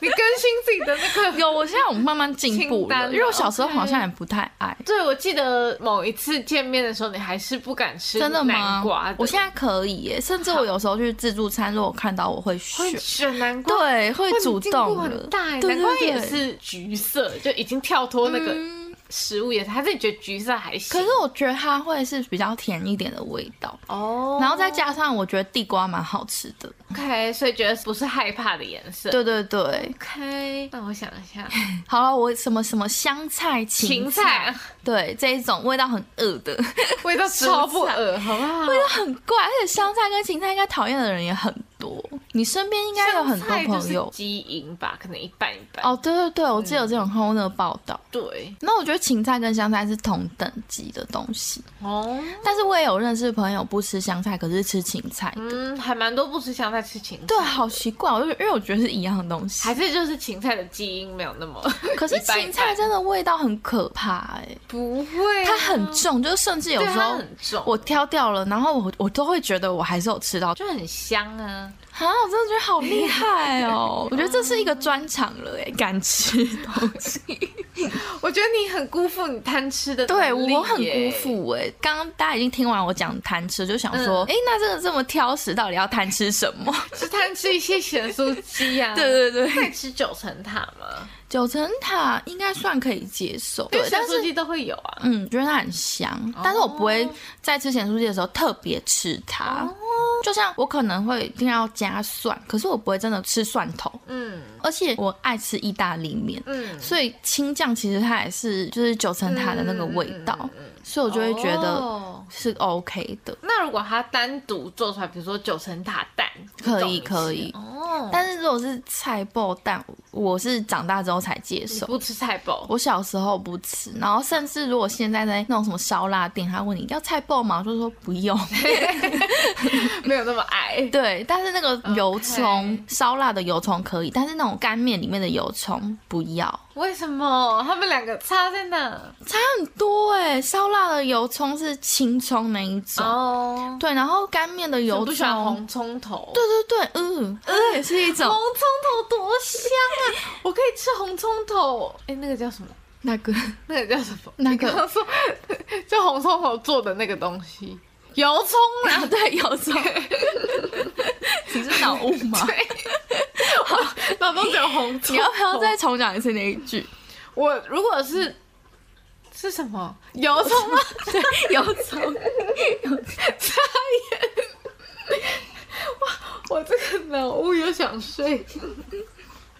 Speaker 2: 你更新自己的那个。
Speaker 1: 有我现在我慢慢进步
Speaker 2: 清单
Speaker 1: 了，
Speaker 2: 了
Speaker 1: 因为我小时候好像也不太爱。
Speaker 2: 对，我记得某一次见面的时候，你还是不敢吃
Speaker 1: 真的
Speaker 2: 南
Speaker 1: 吗
Speaker 2: 瓜？
Speaker 1: 我现在可以耶，甚至我有时候去自助餐，如果看到我会
Speaker 2: 会
Speaker 1: 选，
Speaker 2: 选南瓜，
Speaker 1: 对，会
Speaker 2: 哇你
Speaker 1: 主
Speaker 2: 进
Speaker 1: 动
Speaker 2: 步
Speaker 1: 了
Speaker 2: 很大欸耶。
Speaker 1: 对
Speaker 2: 南瓜
Speaker 1: 对
Speaker 2: 也
Speaker 1: 对
Speaker 2: 是橘色，就已经跳脱那个
Speaker 1: 嗯
Speaker 2: 食物颜色，还是你觉得橘色还行？
Speaker 1: 可是我觉得它会是比较甜一点的味道，
Speaker 2: 哦，
Speaker 1: 然后再加上我觉得地瓜蛮好吃的。
Speaker 2: OK，所以觉得不是害怕的颜色。
Speaker 1: 对对对，
Speaker 2: OK，那我想一下，
Speaker 1: 好了，我什么什么香菜、芹
Speaker 2: 芹菜
Speaker 1: 对这一种味道很恶的，
Speaker 2: 味道超不恶，好不好？
Speaker 1: 味道很怪，而且 香菜跟芹菜应该讨厌的人也很多，你身边应该有很多
Speaker 2: 香菜
Speaker 1: 朋
Speaker 2: 就是
Speaker 1: 友。
Speaker 2: 基因吧，可能一半一半。
Speaker 1: 哦，对对对，我记得有这种看过那个报道。
Speaker 2: 对，
Speaker 1: 那我觉得芹菜跟香菜是同等级的东西，
Speaker 2: 哦，
Speaker 1: 但是我也有认识朋友不吃香菜，可是吃芹菜。
Speaker 2: 嗯，还蛮多不吃香菜吃芹菜，
Speaker 1: 对，啊好奇怪，我就因为我觉得是一样的东西
Speaker 2: 还。是就是芹菜的基因没有 那么，
Speaker 1: 可是芹菜真的味道很可怕哎、
Speaker 2: 不会啊，
Speaker 1: 它很重，就是甚至有
Speaker 2: 对，
Speaker 1: 时
Speaker 2: 它
Speaker 1: 候
Speaker 2: 很重，
Speaker 1: 我挑掉了，然后我我都会觉得我还是有吃到。
Speaker 2: 就很香啊。
Speaker 1: 啊，我真的觉得好厉害 哦！我觉得这是一个专场了哎，敢 吃东西。
Speaker 2: 我觉得你很辜负你贪吃的，
Speaker 1: 对我很辜。负哎。刚刚大家已经听完我讲贪吃，就想说，哎、那这个这么挑食，到底要贪吃什么？
Speaker 2: 是贪吃一些咸酥鸡啊，
Speaker 1: 对对
Speaker 2: 那
Speaker 1: 对，
Speaker 2: 你吃九层塔吗？
Speaker 1: 九层塔应该算可以接受，
Speaker 2: 因
Speaker 1: 对
Speaker 2: 为，咸
Speaker 1: 但
Speaker 2: 酥
Speaker 1: 是。
Speaker 2: 鸡都会有啊。
Speaker 1: 嗯，觉得它很香，但是我不
Speaker 2: 哦
Speaker 1: 会在吃咸酥鸡的时候特别吃它。就像我可能会一定要加蒜，可是我不会真的吃蒜头，
Speaker 2: 嗯
Speaker 1: 而且我爱吃意大利面，
Speaker 2: 嗯，
Speaker 1: 所以青酱其实它也是就是九层塔的那个味道，
Speaker 2: 嗯
Speaker 1: 所以我就会觉得
Speaker 2: 哦
Speaker 1: 是 OK 的，
Speaker 2: 那如果它单独做出来，比如说九层塔蛋，
Speaker 1: 可
Speaker 2: 这种
Speaker 1: 以
Speaker 2: 你吃
Speaker 1: 可以。
Speaker 2: 哦，
Speaker 1: 但是如果是菜爆蛋，我是长大之后才接
Speaker 2: 你
Speaker 1: 受。
Speaker 2: 不吃菜 包，
Speaker 1: 我小时候不吃，然后甚至如果现在在那种什么烧腊店，他问你要菜爆吗，我就说不 用。
Speaker 2: 没有那么爱。
Speaker 1: 对，但是那个油葱
Speaker 2: OK
Speaker 1: 烧腊的油葱可以，但是那种干面里面的油葱不要。
Speaker 2: 为什么他们两个差在哪？
Speaker 1: 差很多哎、烧腊的油葱是青葱那一种，
Speaker 2: 哦，
Speaker 1: 对，然后干面的油
Speaker 2: 我不喜欢
Speaker 1: 葱，
Speaker 2: 红葱头。
Speaker 1: 对对对，嗯，它也是一种
Speaker 2: 红葱头多香啊！我可以吃红葱头，哎、那个叫什么？
Speaker 1: 那 个
Speaker 2: 那个叫什么？
Speaker 1: 那
Speaker 2: 你
Speaker 1: 个
Speaker 2: 刚说就红葱头做的那个东西，油葱啊！
Speaker 1: 啊，对， 油葱，你是脑雾 吗？
Speaker 2: 脑中只有红葱。
Speaker 1: 你要不要再重讲一次那一句？
Speaker 2: 我如果是是什么油葱吗？
Speaker 1: 油葱，
Speaker 2: 我这个脑雾又想睡。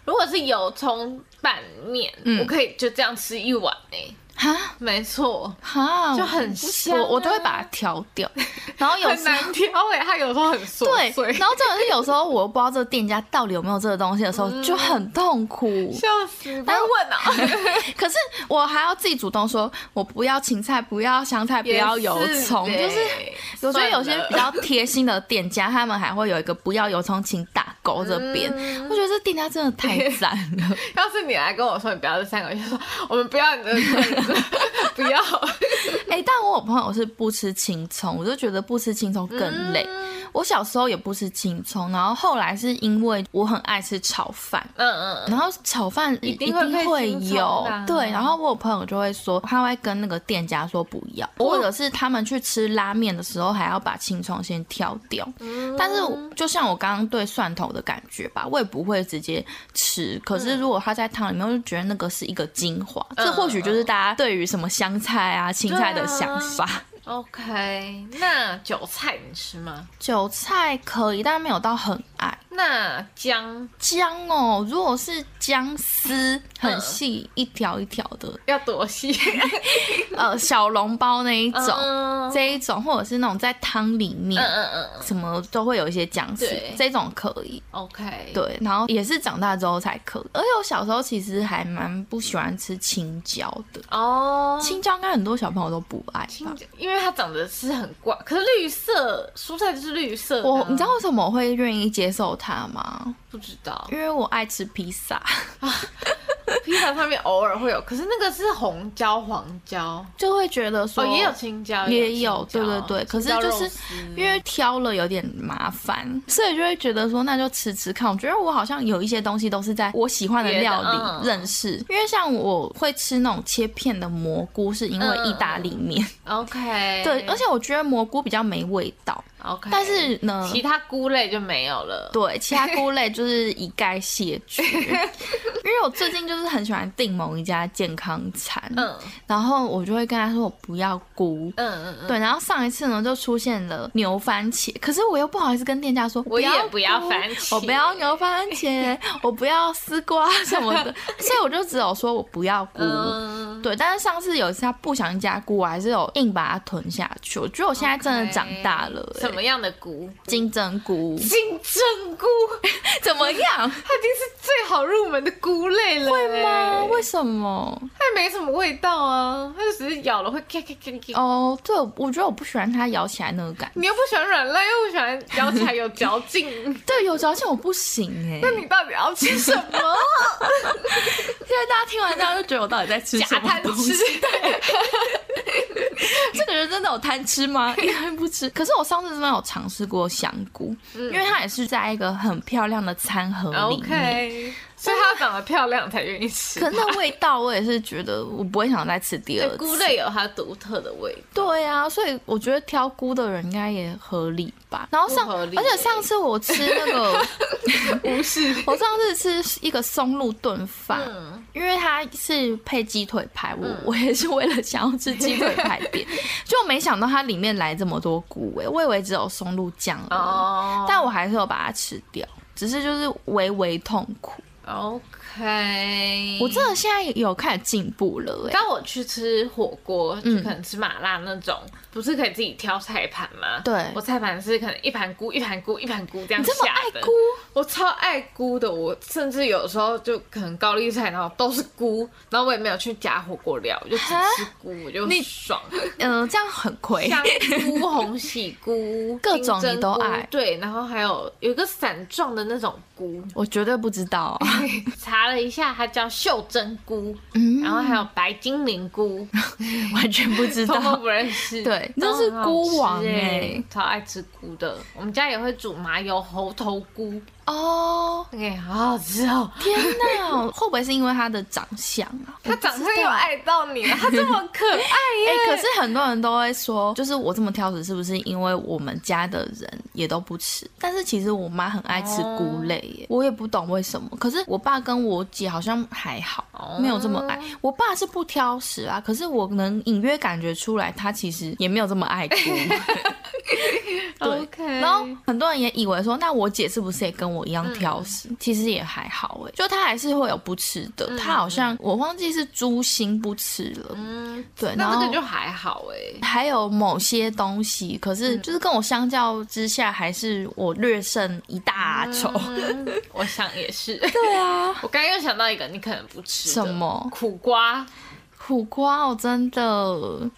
Speaker 2: 如果是油葱拌面，
Speaker 1: 嗯
Speaker 2: 我可以就这样吃一碗欸诶、
Speaker 1: 哈
Speaker 2: 没错，
Speaker 1: 哈，
Speaker 2: 就
Speaker 1: 我
Speaker 2: 很
Speaker 1: 不
Speaker 2: 香
Speaker 1: 我我都会
Speaker 2: 啊
Speaker 1: 把它挑掉， 然后有
Speaker 2: 很
Speaker 1: 时候
Speaker 2: 难挑欸诶、它有时候很
Speaker 1: 对
Speaker 2: 琐碎，，
Speaker 1: 然后重点是有时候我又不知道这个店家到底有没有这个东西的时候，
Speaker 2: 嗯
Speaker 1: 就很痛苦。
Speaker 2: 笑死！不要问啊，
Speaker 1: 可是我还要自己主动说，我不要芹菜，不要香菜，不
Speaker 2: 也
Speaker 1: 要油葱，
Speaker 2: 是
Speaker 1: 就是我
Speaker 2: 欸
Speaker 1: 觉得有些
Speaker 2: 算了
Speaker 1: 比较贴心的店家，他们还会有一个不要油葱，请打勾这边，
Speaker 2: 嗯
Speaker 1: 我觉得这店家真的太赞了。
Speaker 2: 要是你来跟我说你不要这三个，我就说我们不要你的 筷子，不要。
Speaker 1: 哎、但我有朋友是不吃青葱，我就觉得不吃青葱更累。
Speaker 2: 嗯
Speaker 1: 我小时候也不吃青葱，然后后来是因为我很爱吃炒饭，
Speaker 2: 嗯嗯嗯，
Speaker 1: 然后炒饭一
Speaker 2: 定会配
Speaker 1: 会
Speaker 2: 青葱的
Speaker 1: 有
Speaker 2: 啊
Speaker 1: 对，然后我有朋友就会说，他会跟那个店家说不要，
Speaker 2: 哦
Speaker 1: 或者是他们去吃拉面的时候还要把青葱先挑掉。
Speaker 2: 嗯
Speaker 1: 但是我就像我刚刚对蒜头的感觉吧，我也不会直接吃。可
Speaker 2: 嗯
Speaker 1: 是如果它在汤里面，我就觉得那个是一个精华，这或许
Speaker 2: 嗯
Speaker 1: 就是大家对于什么香菜啊、青菜的想法。
Speaker 2: OK，那韭菜你吃吗？
Speaker 1: 韭菜可以，但没有到很爱。
Speaker 2: 那姜
Speaker 1: 姜哦，如果是姜丝，很
Speaker 2: 嗯
Speaker 1: 细一条一条的，
Speaker 2: 要多细？
Speaker 1: 呃小笼包那一种，
Speaker 2: 嗯
Speaker 1: 这一种或者是那种在汤里面、
Speaker 2: 嗯嗯嗯
Speaker 1: 什么都会有一些姜丝
Speaker 2: 对，
Speaker 1: 这种可以。
Speaker 2: ，OK，，
Speaker 1: 对，然后也是长大之后才可以。而且我小时候其实还蛮不喜欢吃青椒的，
Speaker 2: 哦，
Speaker 1: 青椒应该很多小朋友都不爱吧
Speaker 2: 青。椒，因为它长得是很怪，可是绿色蔬菜就是绿色的啊、
Speaker 1: 我你知道为什么我会愿意接受它吗？
Speaker 2: 不知道？
Speaker 1: 因为我爱吃披萨，
Speaker 2: 披萨上面偶尔会有，可是那个是红椒、黄椒，
Speaker 1: 就会觉得说
Speaker 2: 哦，也有青椒，
Speaker 1: 也有
Speaker 2: 有，
Speaker 1: 对
Speaker 2: 青椒
Speaker 1: 对对，可是
Speaker 2: 青椒
Speaker 1: 就
Speaker 2: 肉
Speaker 1: 是
Speaker 2: 丝
Speaker 1: 因为挑了有点麻烦，所以就会觉得说那就吃吃看。我觉得我好像有一些东西都是在我喜欢的
Speaker 2: 别的
Speaker 1: 料
Speaker 2: 嗯
Speaker 1: 理认识，因为像我会吃那种切片的蘑菇，是
Speaker 2: 嗯
Speaker 1: 因为意大利面，
Speaker 2: OK，
Speaker 1: 对，而且我觉得蘑菇比较没味道，
Speaker 2: OK，
Speaker 1: 但是呢。
Speaker 2: 其他菇类就没有了。
Speaker 1: 对，其他菇类就是一概谢 绝，因为我最近就是很喜欢订某一家健康餐，
Speaker 2: 嗯
Speaker 1: 然后我就会跟他说我不要菇，
Speaker 2: 嗯嗯嗯，
Speaker 1: 对，然后上一次呢就出现了牛番茄，可是我又不好意思跟店家说，
Speaker 2: 我也不要
Speaker 1: 菇
Speaker 2: 番茄
Speaker 1: 我 不要牛番茄，我不要丝瓜什么 的，所以我就只有说我不要菇。
Speaker 2: 嗯，
Speaker 1: 对，但是上次有一次他不小心加菇，我还是有硬把它吞下去。我觉得我现在真的长大了、欸。
Speaker 2: 什么样的菇？
Speaker 1: 金针菇
Speaker 2: 金针菇，
Speaker 1: 怎么 样？
Speaker 2: 它已经是最好入门的菇类了。欸
Speaker 1: 会吗？为什么？
Speaker 2: 它也没什么味道啊，它就只是咬了会咔咔咔咔。
Speaker 1: 哦，对，我觉得我不喜欢它咬起来那个感觉。
Speaker 2: 你又不喜欢软烂，又不喜欢咬起来有嚼劲，
Speaker 1: 对，有嚼劲我不行哎、
Speaker 2: 那你到底要吃什 么？
Speaker 1: 现在大家听完这样就觉得我到底在吃
Speaker 2: 假
Speaker 1: 什么
Speaker 2: 贪
Speaker 1: 东西
Speaker 2: 吃？。
Speaker 1: 这个人真的有贪吃吗？ 应该不吃。可是我上次真的有尝试过香菇，
Speaker 2: 嗯
Speaker 1: 因为它也是在一个很漂亮的餐盒里面。
Speaker 2: OK，所以它要长得漂亮才愿意吃。
Speaker 1: 可是那味道，我也是觉得我不会想再吃第二次。
Speaker 2: 对菇类有它独特的味道。
Speaker 1: 对啊，所以我觉得挑菇的人应该也合理吧。然后上，
Speaker 2: 不合理
Speaker 1: 而且上次我吃那 个，
Speaker 2: 不是，
Speaker 1: 我上次吃一个松露炖饭，
Speaker 2: 嗯，
Speaker 1: 因为它是配鸡腿排，我、我也是为了想要吃鸡腿排 点，就没想到它里面来这么多菇诶、我以为只有松露酱而已
Speaker 2: 哦，
Speaker 1: 但我还是有把它吃掉，只是就是微微痛苦。
Speaker 2: OK，
Speaker 1: 我真的现在有开始进步了、欸，
Speaker 2: 当我去吃火锅，
Speaker 1: 嗯
Speaker 2: 就可能吃麻辣那种，不是可以自己挑菜盘吗？
Speaker 1: 对
Speaker 2: 我菜盘是可能一盘菇、一盘菇、一盘菇这样
Speaker 1: 你这么
Speaker 2: 下
Speaker 1: 爱
Speaker 2: 的。
Speaker 1: 菇，
Speaker 2: 我超爱菇的，我甚至有时候就可能高丽菜，然后都是菇，然后我也没有去加火锅料，我就只吃菇，我就
Speaker 1: 你
Speaker 2: 爽。
Speaker 1: 嗯、这样很亏。
Speaker 2: 香菇、红喜菇，
Speaker 1: 各种
Speaker 2: 金针
Speaker 1: 你都爱
Speaker 2: 菇对，然后还有有一个伞状的那种菇，
Speaker 1: 我绝对不知道、啊，
Speaker 2: 查了一下，它叫袖珍菇，
Speaker 1: 嗯
Speaker 2: 然后还有白精灵菇，
Speaker 1: 完全不知
Speaker 2: 通通
Speaker 1: 道。
Speaker 2: 不认识。
Speaker 1: 对
Speaker 2: 都很
Speaker 1: 真是菇王
Speaker 2: 好吃
Speaker 1: 欸
Speaker 2: 超爱吃菇的。我们家也会煮麻油猴头菇，
Speaker 1: 哦，
Speaker 2: 哎、好好吃哦。
Speaker 1: 天哪，会不会是因为它的长相啊？
Speaker 2: 它长相有爱到你了，它这么可爱
Speaker 1: 哎、
Speaker 2: 耶！
Speaker 1: 可是很多人都会说，就是我这么挑食，是不是因为我们家的人也都不吃？但是其实我妈很爱吃
Speaker 2: 哦
Speaker 1: 菇类耶，我也不懂为什么。可是我爸跟我姐好像还好，没有这么
Speaker 2: 哦
Speaker 1: 爱。我爸是不挑食啊，可是我能隐约感觉出来，他其实也没有这么爱 菇。对
Speaker 2: OK，
Speaker 1: 然后很多人也以为说，那我姐是不是也跟我一
Speaker 2: 嗯
Speaker 1: 样挑食？其实也还好哎，就她还是会有不吃的。她好像我忘记是猪心不吃了，
Speaker 2: 嗯，
Speaker 1: 对，然
Speaker 2: 那
Speaker 1: 后
Speaker 2: 这个就还好哎。
Speaker 1: 还有某些东西，可是
Speaker 2: 嗯
Speaker 1: 就是跟我相较之下，还是我略胜一大筹。
Speaker 2: 嗯我想也是。
Speaker 1: 对啊，
Speaker 2: 我刚刚又想到一个你可能不吃的
Speaker 1: 什么
Speaker 2: 苦瓜，
Speaker 1: 苦瓜哦，真的。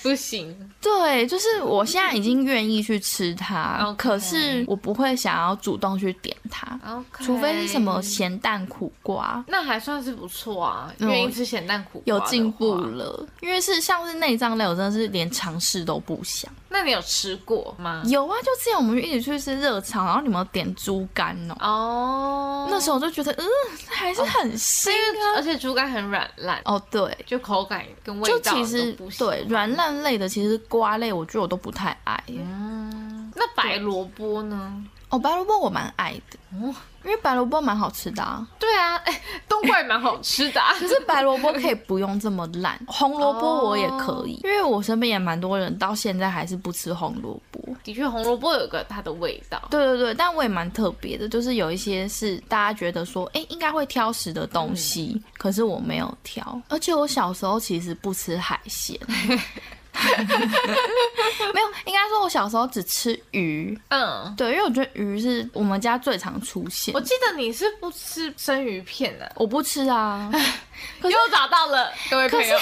Speaker 2: 不行，
Speaker 1: 对，就是我现在已经愿意去吃它，
Speaker 2: OK
Speaker 1: 可是我不会想要主动去点它，
Speaker 2: OK
Speaker 1: 除非是什么咸蛋苦瓜。
Speaker 2: 那还算是不错啊，
Speaker 1: 嗯
Speaker 2: 愿意吃咸蛋苦瓜
Speaker 1: 有
Speaker 2: 的
Speaker 1: 进步
Speaker 2: 话。
Speaker 1: 了，因为是像是内脏类，我真的是连尝试都不想。
Speaker 2: 那你有吃过吗？
Speaker 1: 有啊，就之前我们一起去吃热炒，然后你们有点猪肝哦，
Speaker 2: 哦，
Speaker 1: 那时候我就觉得，嗯，还是很腥啊。
Speaker 2: 而且猪肝很软烂，
Speaker 1: 哦，对，
Speaker 2: 就口感跟味
Speaker 1: 就
Speaker 2: 道
Speaker 1: 其实
Speaker 2: 都不行
Speaker 1: 对软烂类的，其实瓜类我觉得我都不太爱耶。
Speaker 2: 嗯，那白萝卜呢？
Speaker 1: 哦，白萝卜我蛮爱的，
Speaker 2: 哦
Speaker 1: 因为白萝卜蛮好吃的 啊。
Speaker 2: 对啊，哎、冬瓜也蛮好吃 的、啊。
Speaker 1: 可是白萝卜可以不用这么烂，
Speaker 2: 哦
Speaker 1: 红萝卜我也可以，因为我身边也蛮多人到现在还是不吃红萝卜。
Speaker 2: 的确，红萝卜有个它的味道。
Speaker 1: 对对对，但我也蛮特别的，就是有一些是大家觉得说，哎，应该会挑食的东西，
Speaker 2: 嗯
Speaker 1: 可是我没有挑，而且我小时候其实不吃海鲜， 没有，应该说我小时候只吃鱼，
Speaker 2: 嗯，
Speaker 1: 对，因为我觉得鱼是我们家最常出现
Speaker 2: 我，记得你是不吃生鱼片的、
Speaker 1: 我不吃 啊，可是
Speaker 2: 又找到了各位朋友。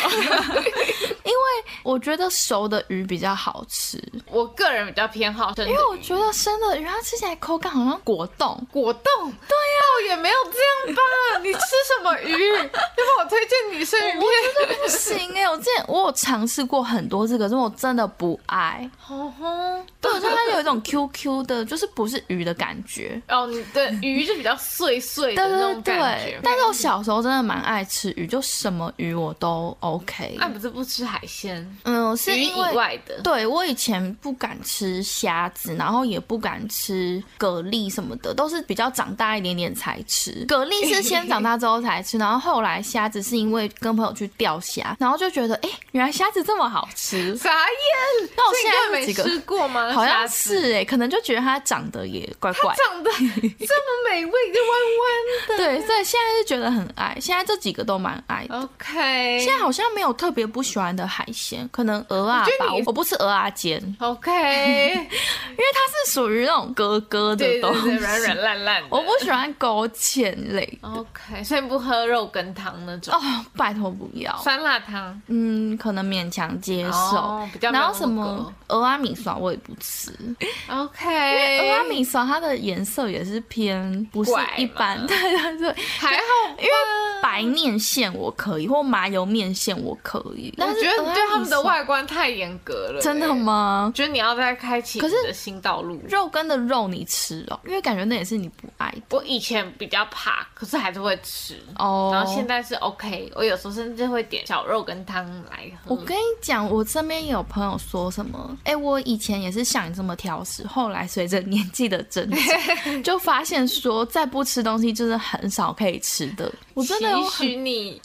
Speaker 1: 因为我觉得熟的鱼比较好吃，
Speaker 2: 我个人比较偏好生的鱼，
Speaker 1: 因为我觉得生的鱼它吃起来口感好像果冻，
Speaker 2: 果冻。对呀、倒也没有这样吧？你吃什么 鱼？要不我推荐你生鱼片。
Speaker 1: 不行哎、我之前我有尝试过很多次，可是我真的不爱。
Speaker 2: 红红，
Speaker 1: 对，我觉得它有一种 QQ 的，就是不是鱼的感觉。
Speaker 2: 哦，你的鱼就比较碎碎
Speaker 1: 对
Speaker 2: 的那
Speaker 1: 对
Speaker 2: 种感
Speaker 1: 对
Speaker 2: 觉，。
Speaker 1: 但是我小时候真的蛮爱吃鱼，就什么鱼我都 OK。
Speaker 2: 那、你不是不吃海鲜，
Speaker 1: 嗯，是
Speaker 2: 啊鱼
Speaker 1: 因
Speaker 2: 以
Speaker 1: 为
Speaker 2: 外的。
Speaker 1: 对我以前不敢吃虾子，然后也不敢吃蛤蜊什么的，都是比较长大一点点才吃。蛤蜊是先长大之后才吃，然后后来虾子是因为跟朋友去钓虾，然后就觉得哎、诶原来虾子这么好 吃。
Speaker 2: 啥耶？
Speaker 1: 那我
Speaker 2: 这
Speaker 1: 现
Speaker 2: 你根本
Speaker 1: 在有
Speaker 2: 没
Speaker 1: 几个
Speaker 2: 吃过吗？
Speaker 1: 好
Speaker 2: 虾
Speaker 1: 像
Speaker 2: 子
Speaker 1: 是哎、可能就觉得它长得也怪怪。
Speaker 2: 长得这么美味，就弯
Speaker 1: 对，所以现在是觉得很爱，现在这几个都蛮爱的。
Speaker 2: 弯的。OK，
Speaker 1: 现在好像没有特别不喜欢的海鲜，可能鹅啊
Speaker 2: 我觉得
Speaker 1: 吧，
Speaker 2: 你
Speaker 1: 我不吃鹅啊煎，因
Speaker 2: OK，
Speaker 1: 为它是属于那种咯咯的
Speaker 2: 对对
Speaker 1: 东西，哦
Speaker 2: 对，软软烂烂的。
Speaker 1: 我不喜欢勾芡类。
Speaker 2: OK，所以不喝肉羹汤那种，
Speaker 1: 哦，拜托不要，
Speaker 2: 酸辣汤。
Speaker 1: 嗯，可能勉强接受，
Speaker 2: 哦比较没有
Speaker 1: 然后什
Speaker 2: 那么
Speaker 1: 么鹅阿米刷我也不吃，鹅阿
Speaker 2: OK，
Speaker 1: 米刷它的颜色也是偏不是
Speaker 2: 怪嘛
Speaker 1: 一般，对 对对，
Speaker 2: 还好，
Speaker 1: 因为白面线我可以，或麻油面线我可以，但
Speaker 2: 我
Speaker 1: 是
Speaker 2: 觉得
Speaker 1: 鹅
Speaker 2: 你
Speaker 1: 阿
Speaker 2: 对
Speaker 1: 米
Speaker 2: 他们的
Speaker 1: 刷
Speaker 2: 外观太严格了。
Speaker 1: 真的
Speaker 2: 欸？
Speaker 1: 吗
Speaker 2: 我？觉得你要再开启
Speaker 1: 可
Speaker 2: 你
Speaker 1: 是
Speaker 2: 的新道路。
Speaker 1: 肉跟的肉你吃哦，因为感觉那也是你不爱的
Speaker 2: 我以前比较怕，可是还是会吃。
Speaker 1: 哦。
Speaker 2: 然后现在是 OK，我有时候甚至会点小肉跟汤来喝。
Speaker 1: 我跟你讲，我身边也有朋友说什么，哎、我以前也是像你这么挑食，后来随着年纪的增 长，就发现说再不吃东西就是很少可以吃的。我真的有
Speaker 2: 期
Speaker 1: 很，
Speaker 2: 许你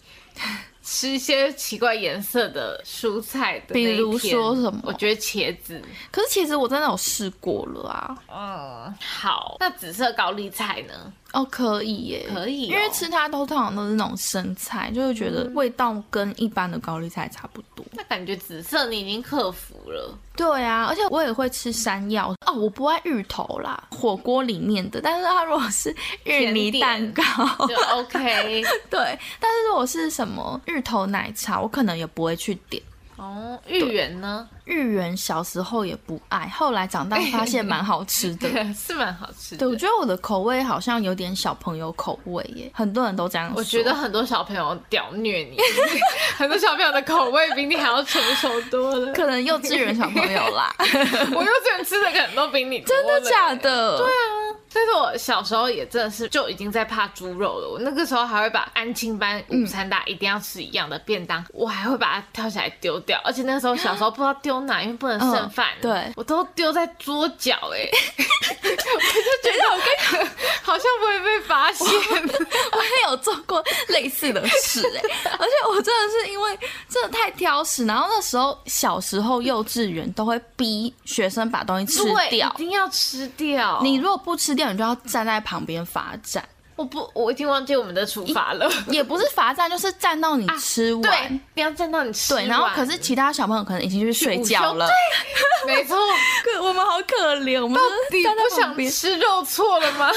Speaker 2: 吃一些奇怪颜色的蔬菜的那一天，
Speaker 1: 比如说什么
Speaker 2: 我觉得茄子，
Speaker 1: 可是其实我真的有试过了啊。
Speaker 2: 嗯，好。那紫色高丽菜呢？
Speaker 1: 哦，可以耶，
Speaker 2: 可以
Speaker 1: 因
Speaker 2: 哦
Speaker 1: 为吃它都通常都是那种生菜，就会觉得味道跟一般的高丽菜差不多。
Speaker 2: 那感觉紫色你已经克服了，
Speaker 1: 对啊，而且我也会吃山药哦，我不爱芋头啦，火锅里面的，但是它如果是芋泥蛋糕，
Speaker 2: 就 OK。
Speaker 1: 对，但是如果是什么芋头奶茶，我可能也不会去点。
Speaker 2: 哦，芋圆呢？
Speaker 1: 芋圆小时候也不爱，后来长大发现蛮好吃 的。
Speaker 2: 是蛮好吃的
Speaker 1: 对，我。觉得我的口味好像有点小朋友口味耶，很多人都这样说。
Speaker 2: 我觉得很多小朋友屌虐你， 很多小朋友的口味比你还要成熟多了。
Speaker 1: 可能幼稚园小朋友啦，
Speaker 2: 我幼稚园吃的可能都比你多
Speaker 1: 真
Speaker 2: 了欸
Speaker 1: 的假的？对啊，
Speaker 2: 但是我小时候也真的是就已经在怕猪肉了，我那个时候还会把安亲班午餐大家一定要吃一样的便当，我还会把它挑起来丢掉，而且那时候小时候不知道丢哪，因为不能剩饭、
Speaker 1: 嗯对
Speaker 2: 我都丢在桌角哎、 我就觉得我跟 好像不会被发 现，
Speaker 1: 我也有做过类似的事哎、而且我真的是因为真的太挑食，然后那时候小时候幼稚园都会逼学生把东西吃
Speaker 2: 对，一
Speaker 1: 掉，
Speaker 2: 定要吃掉。
Speaker 1: 你如果不吃掉，你就要站在旁边罚站，
Speaker 2: 我不，我已经忘记我们的处罚了。
Speaker 1: 也不是罚站，就是站到你吃完。
Speaker 2: 对，不要站到你吃完。
Speaker 1: 对，然后可是其他小朋友可能已经去睡
Speaker 2: 午休
Speaker 1: 觉了，
Speaker 2: 没错，
Speaker 1: 可我们好可怜，我们
Speaker 2: 你不想吃肉错了吗？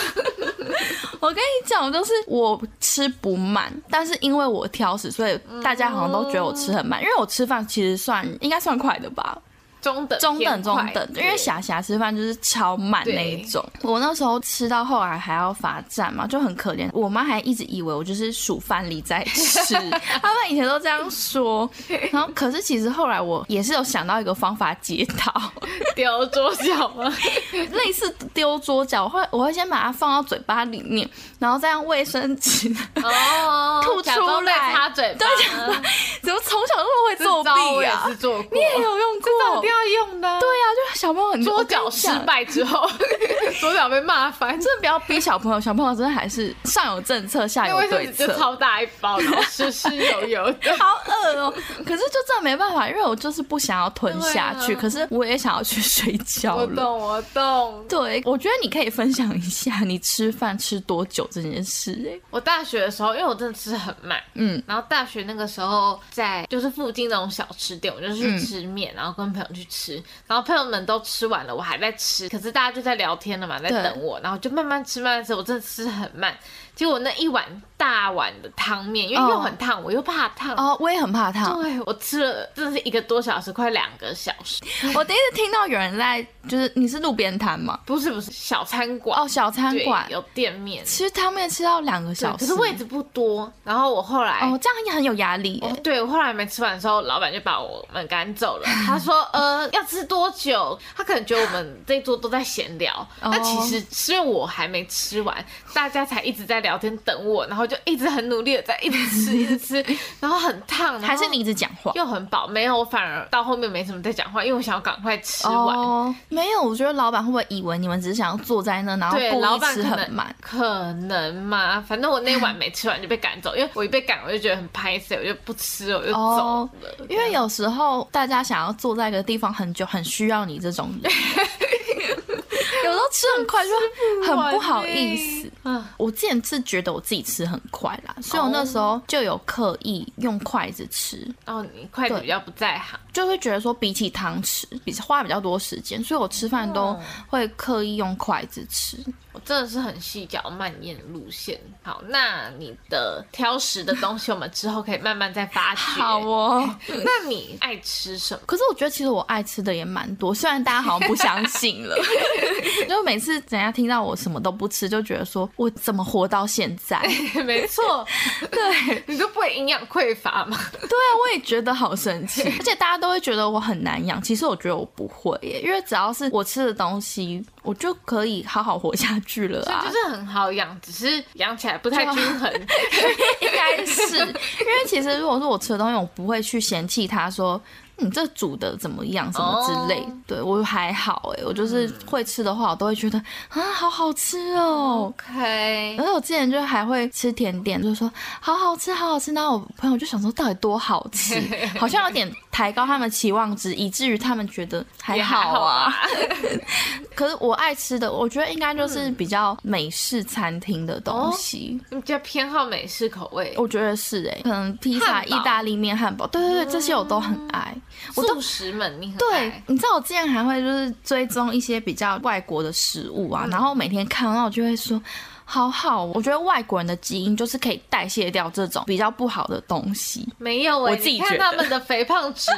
Speaker 1: 我跟你讲，就是我吃吃不慢，但是因为我挑食，所以大家好像都觉得我吃很慢，因为我吃饭其实算应该算快的吧，
Speaker 2: 中等
Speaker 1: 中等
Speaker 2: 偏
Speaker 1: 中
Speaker 2: 快
Speaker 1: 等，因
Speaker 2: 对
Speaker 1: 为霞霞吃饭就是超慢那一种。我那时候吃到后来还要罚站嘛，就很可怜。我妈还一直以为我就是数饭粒在 吃，他们以前都这样说。然后可是其实后来我也是有想到一个方法解 套，
Speaker 2: 丢桌角 吗？
Speaker 1: 类似丢桌角，我会我会先把它放到嘴巴里面，然后再用卫生纸，
Speaker 2: 哦，
Speaker 1: 吐
Speaker 2: 假装
Speaker 1: 出来
Speaker 2: 在擦嘴巴，对，
Speaker 1: 怎么从小那么会作弊呀、
Speaker 2: 我也是做过，
Speaker 1: 你也有用过？
Speaker 2: 定要用的啊。
Speaker 1: 对啊，就小朋友很
Speaker 2: 桌角失，败之 后，桌角被骂 翻，这
Speaker 1: 真的不要逼小朋友，小朋友真的还是上有政策，下
Speaker 2: 那
Speaker 1: 有
Speaker 2: 卫生
Speaker 1: 对
Speaker 2: 纸就
Speaker 1: 策。。
Speaker 2: 超大一包，然后湿湿油油的
Speaker 1: 好饿哦！可是就真的没办法，因为我就是不想要吞下去，
Speaker 2: 对啊
Speaker 1: 可是我也想要去睡觉
Speaker 2: 我
Speaker 1: 了。
Speaker 2: 懂，我懂。
Speaker 1: 对，我觉得你可以分享一下你吃饭吃多久这件事、哎，
Speaker 2: 我大学的时候，因为我真的吃很慢，
Speaker 1: 嗯，
Speaker 2: 然后大学那个时候在就是附近那种小吃店，我就去
Speaker 1: 嗯
Speaker 2: 吃面，然后跟朋友去吃，然后朋友们都吃完了，我还在吃，可是大家就在聊天了嘛，在
Speaker 1: 对
Speaker 2: 等我，然后就慢慢吃，慢慢吃，我真的吃很慢。结果那一碗大碗的汤面，因为又很烫，我又怕烫。
Speaker 1: 哦，我也很怕烫。
Speaker 2: 对，我吃了真的是一个多小时，快两个小时。
Speaker 1: 我第一次听到有人在，就是你是路边摊吗？
Speaker 2: 不是不是，小餐馆
Speaker 1: 哦，小餐
Speaker 2: 对
Speaker 1: 馆
Speaker 2: 有店面，
Speaker 1: 吃汤面吃到两个
Speaker 2: 对
Speaker 1: 小
Speaker 2: 可
Speaker 1: 时，
Speaker 2: 是位置不多。然后我后来
Speaker 1: 哦，这样也很有压力、
Speaker 2: 哦
Speaker 1: 哎，
Speaker 2: 对，我后来没吃完的时候，老板就把我们赶走 了。他说：“呃，要吃多久？”他可能觉得我们这一桌都在闲聊，
Speaker 1: 哦
Speaker 2: 但其实是因为我还没吃完，大家才一直在聊天等我，然后就一直很努力的在一直吃，一直吃，然后很烫，然后
Speaker 1: 还是你一直讲话。
Speaker 2: 又很饱？没有，我反而到后面没什么在讲话，因为我想要赶快吃完。
Speaker 1: 哦，没有，我觉得老板会不会以为你们只是想要坐在那，然后
Speaker 2: 对，老
Speaker 1: 故意
Speaker 2: 板
Speaker 1: 吃
Speaker 2: 可
Speaker 1: 很
Speaker 2: 能
Speaker 1: 慢？
Speaker 2: 可能嘛，反正我那碗没吃完就被赶走，因为我一被赶我就觉得很拍死，我就不吃了，我就走
Speaker 1: 哦
Speaker 2: 了。啊
Speaker 1: 因为有时候大家想要坐在一个地方很久，很需要你这种 人。有时候吃很快就很不好意思。
Speaker 2: 啊，
Speaker 1: 我之前是觉得我自己吃很快啦，所以我那时候就有刻意用筷子吃，
Speaker 2: 哦，你筷子
Speaker 1: 对
Speaker 2: 比较不在行，
Speaker 1: 就会觉得说比起汤匙，比花比较多时间，所以我吃饭
Speaker 2: 嗯
Speaker 1: 都会刻意用筷子吃。
Speaker 2: 我真的是很细嚼慢咽的路线。好，那你的挑食的东西，我们之后可以慢慢再发掘。
Speaker 1: 好哦。
Speaker 2: 那你爱吃什 么？
Speaker 1: 可是我觉得其实我爱吃的也蛮多，虽然大家好像不相信了，就每次人家听到我什么都不吃，就觉得说我怎么活到现在？
Speaker 2: 没错， 对 你都不会营养匮乏吗？
Speaker 1: 对啊，我也觉得好神奇，而且大家都会觉得我很难养，其实我觉得我不会耶，因为只要是我吃的东西，我就可以好好活下去了啊
Speaker 2: 就。是很好养，只是养起来不太均衡。
Speaker 1: 应该是，因为其实如果说我吃的东西，我不会去嫌弃它说。你、这煮的怎么样？什么之类
Speaker 2: 哦嗯
Speaker 1: 对我还好哎、我就是会吃的话，我都会觉得啊，好好吃哦。
Speaker 2: OK，
Speaker 1: 然后我之前就还会吃甜点，就说好好吃，好好吃。那我朋友就想说，到底多好 吃？好像有点抬高他们期望值，以至于他们觉得还
Speaker 2: 也还
Speaker 1: 好
Speaker 2: 好
Speaker 1: 啊。
Speaker 2: 吧
Speaker 1: 可是我爱吃的，我觉得应该就是
Speaker 2: 嗯
Speaker 1: 比较美式餐厅的东西。
Speaker 2: 你比较偏好美式口味，
Speaker 1: 我觉得是哎、可能披萨、
Speaker 2: 汉堡
Speaker 1: 意大利面、汉堡，对对对，这些我都很爱。我都
Speaker 2: 素食们你很
Speaker 1: 嗯对
Speaker 2: 爱，
Speaker 1: 你知道我之前还会就是追踪一些比较外国的食物啊，然后每天看到就会说。好好，哦我觉得外国人的基因就是可以代谢掉这种比较不好的东西。
Speaker 2: 没有、欸，
Speaker 1: 我自己
Speaker 2: 你看
Speaker 1: 觉得
Speaker 2: 他们的肥 胖值，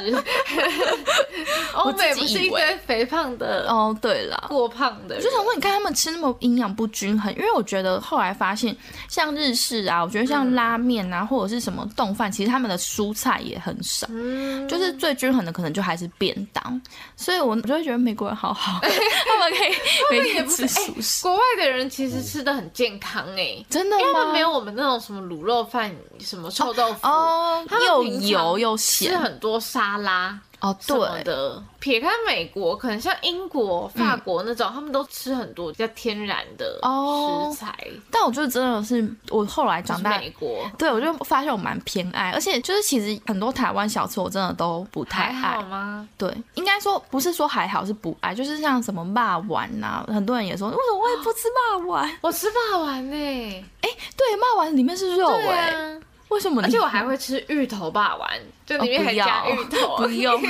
Speaker 2: 欧美不
Speaker 1: 自己
Speaker 2: 是一
Speaker 1: 以为
Speaker 2: 堆肥胖的、
Speaker 1: 哦，对了，
Speaker 2: 过胖的
Speaker 1: 我
Speaker 2: 人，
Speaker 1: 就想问，你看他们吃那么营养不均衡，因为我觉得后来发现，像日式啊，我觉得
Speaker 2: 嗯
Speaker 1: 像拉面啊，或者是什么冻饭，其实他们的蔬菜也很少，
Speaker 2: 嗯，
Speaker 1: 就是最均衡的可能就还是便当。所以我就会觉得美国人好 好，他们可以每天吃
Speaker 2: 哎
Speaker 1: 素食，
Speaker 2: 国外的人其实吃的很健康哎、
Speaker 1: 真的嗯哦吗？
Speaker 2: 因为他们没有我们那种什么卤肉饭、什么臭豆腐，
Speaker 1: 哦，
Speaker 2: 他们
Speaker 1: 又
Speaker 2: 平常
Speaker 1: 油又
Speaker 2: 吃
Speaker 1: 咸
Speaker 2: 很多沙拉。
Speaker 1: 哦，
Speaker 2: 什么
Speaker 1: 对，
Speaker 2: 的，撇开美国，可能像英国、法国那种，他们都吃很多比较天然的
Speaker 1: 嗯哦
Speaker 2: 食材。
Speaker 1: 但我就真的是我后来长
Speaker 2: 就是
Speaker 1: 大。
Speaker 2: 美国
Speaker 1: 对，我就发现我蛮偏爱，而且就是其实很多台湾小吃我真的都不太
Speaker 2: 还好
Speaker 1: 爱。
Speaker 2: 吗？
Speaker 1: 对，应该说不是说还好，是不爱，就是像什么骂丸呐、很多人也说为什么我也不吃骂丸？
Speaker 2: 我吃霸王呢、
Speaker 1: 哎、 对，骂丸里面是肉
Speaker 2: 对
Speaker 1: 哎、
Speaker 2: 啊，
Speaker 1: 为什么你？
Speaker 2: 而且我还会吃芋头霸王，就
Speaker 1: 哦
Speaker 2: 里面
Speaker 1: 不
Speaker 2: 还
Speaker 1: 要
Speaker 2: 加芋头。
Speaker 1: 不用。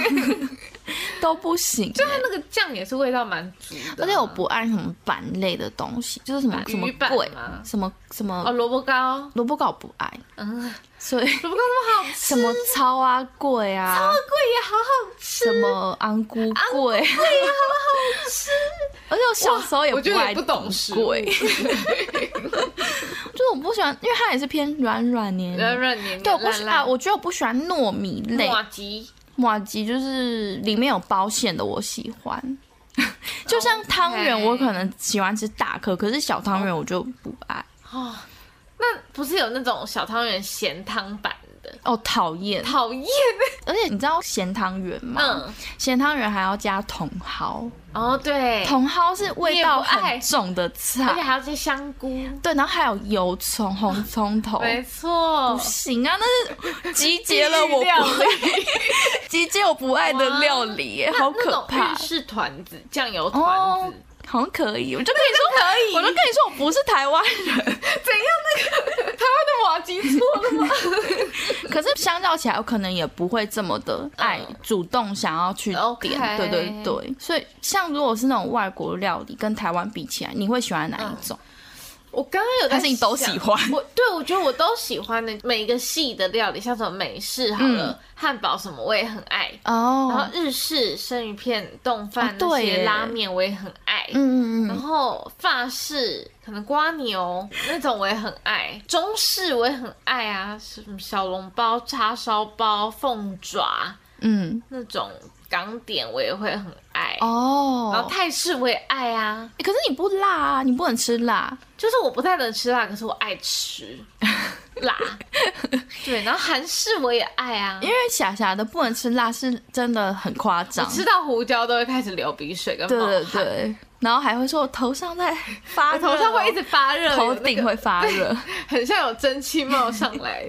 Speaker 1: 都不行、欸
Speaker 2: 就它那个酱也是味道蛮足的
Speaker 1: 而
Speaker 2: 啊、
Speaker 1: 且我不爱什么板类的东西，就是什么什么
Speaker 2: 鱼板
Speaker 1: 桂
Speaker 2: 吗，
Speaker 1: 什么什
Speaker 2: 哦
Speaker 1: 么
Speaker 2: 萝卜糕，
Speaker 1: 萝卜糕我不爱，
Speaker 2: 嗯，
Speaker 1: 所以
Speaker 2: 萝卜糕那么好吃，
Speaker 1: 什么糙啊桂啊，
Speaker 2: 贵也好好吃，
Speaker 1: 什么安菇桂，好好吃。而且我小时候也
Speaker 2: 我觉
Speaker 1: 不
Speaker 2: 得
Speaker 1: 爱
Speaker 2: 也不懂事，
Speaker 1: 桂，就是我不喜欢，因为它也是偏软软黏黏。
Speaker 2: 软软黏黏，
Speaker 1: 对，我不喜
Speaker 2: 烂
Speaker 1: 啊，
Speaker 2: 烂
Speaker 1: 我觉得我不喜欢糯米类，
Speaker 2: 马吉
Speaker 1: 马吉就是里面有包馅的，我喜欢。 就像汤圆，
Speaker 2: OK
Speaker 1: 我可能喜欢吃大颗，可是小汤圆我就不爱，
Speaker 2: 哦，那不是有那种小汤圆咸汤版的，
Speaker 1: 哦，讨厌。
Speaker 2: 讨厌，
Speaker 1: 而且你知道咸汤圆吗？
Speaker 2: 嗯，
Speaker 1: 咸汤圆还要加茼蒿，
Speaker 2: 哦对，
Speaker 1: 茼蒿是味道
Speaker 2: 你也不爱哎
Speaker 1: 很重的
Speaker 2: 而且
Speaker 1: 菜，
Speaker 2: 还要加香菇，
Speaker 1: 对，然后还有油葱、红葱头。
Speaker 2: 没错
Speaker 1: 不，行啊，那是集 结了我
Speaker 2: 地狱料
Speaker 1: 不爱， 集结我不爱的
Speaker 2: 哇
Speaker 1: 料理耶，好
Speaker 2: 那
Speaker 1: 可
Speaker 2: 种
Speaker 1: 怕
Speaker 2: 日。式团子、酱油团
Speaker 1: 哦
Speaker 2: 子，，
Speaker 1: 好像可以，我就跟你说可以，我就跟你说我不是台湾 人。
Speaker 2: 那我要记错了吗？
Speaker 1: 可是相较起来，我可能也不会这么的爱主动想要去点
Speaker 2: 嗯 OK
Speaker 1: 对对对。所以像如果是那种外国料理跟台湾比起来，你会喜欢哪
Speaker 2: 嗯
Speaker 1: 一种？
Speaker 2: 我刚刚有在
Speaker 1: 还是你都
Speaker 2: 想
Speaker 1: 喜欢
Speaker 2: 我对我觉得我都喜欢的每一个系的料理，像什么美式好了，汉、堡什么我也很爱，然
Speaker 1: 嗯哦
Speaker 2: 后，日式生鱼片、冻
Speaker 1: 哦
Speaker 2: 饭那
Speaker 1: 对
Speaker 2: 些
Speaker 1: 耶
Speaker 2: 拉面我也很爱，
Speaker 1: 嗯嗯
Speaker 2: 然
Speaker 1: 嗯，
Speaker 2: 后法式可能瓜牛那种我也很爱，中式我也很爱啊，什么小笼包、叉烧包、凤爪
Speaker 1: 嗯
Speaker 2: 那种港点我也会很爱，哎然后
Speaker 1: 哦。
Speaker 2: 泰式我也爱啊，
Speaker 1: 欸可是你不辣啊，你不能吃辣。
Speaker 2: 就是我不太能吃辣，可是我爱吃 辣。对，然后韩式我也爱啊
Speaker 1: 因，为霞霞的不能吃辣是真的很夸张，
Speaker 2: 吃到胡椒都会开始流鼻水跟
Speaker 1: 对
Speaker 2: 冒汗
Speaker 1: 对，对，然后还会说我头上 在发
Speaker 2: 我
Speaker 1: 热，
Speaker 2: 头上会一直发热，有
Speaker 1: 头
Speaker 2: 那
Speaker 1: 顶
Speaker 2: 个
Speaker 1: 会发热，
Speaker 2: 很像有蒸汽冒上来。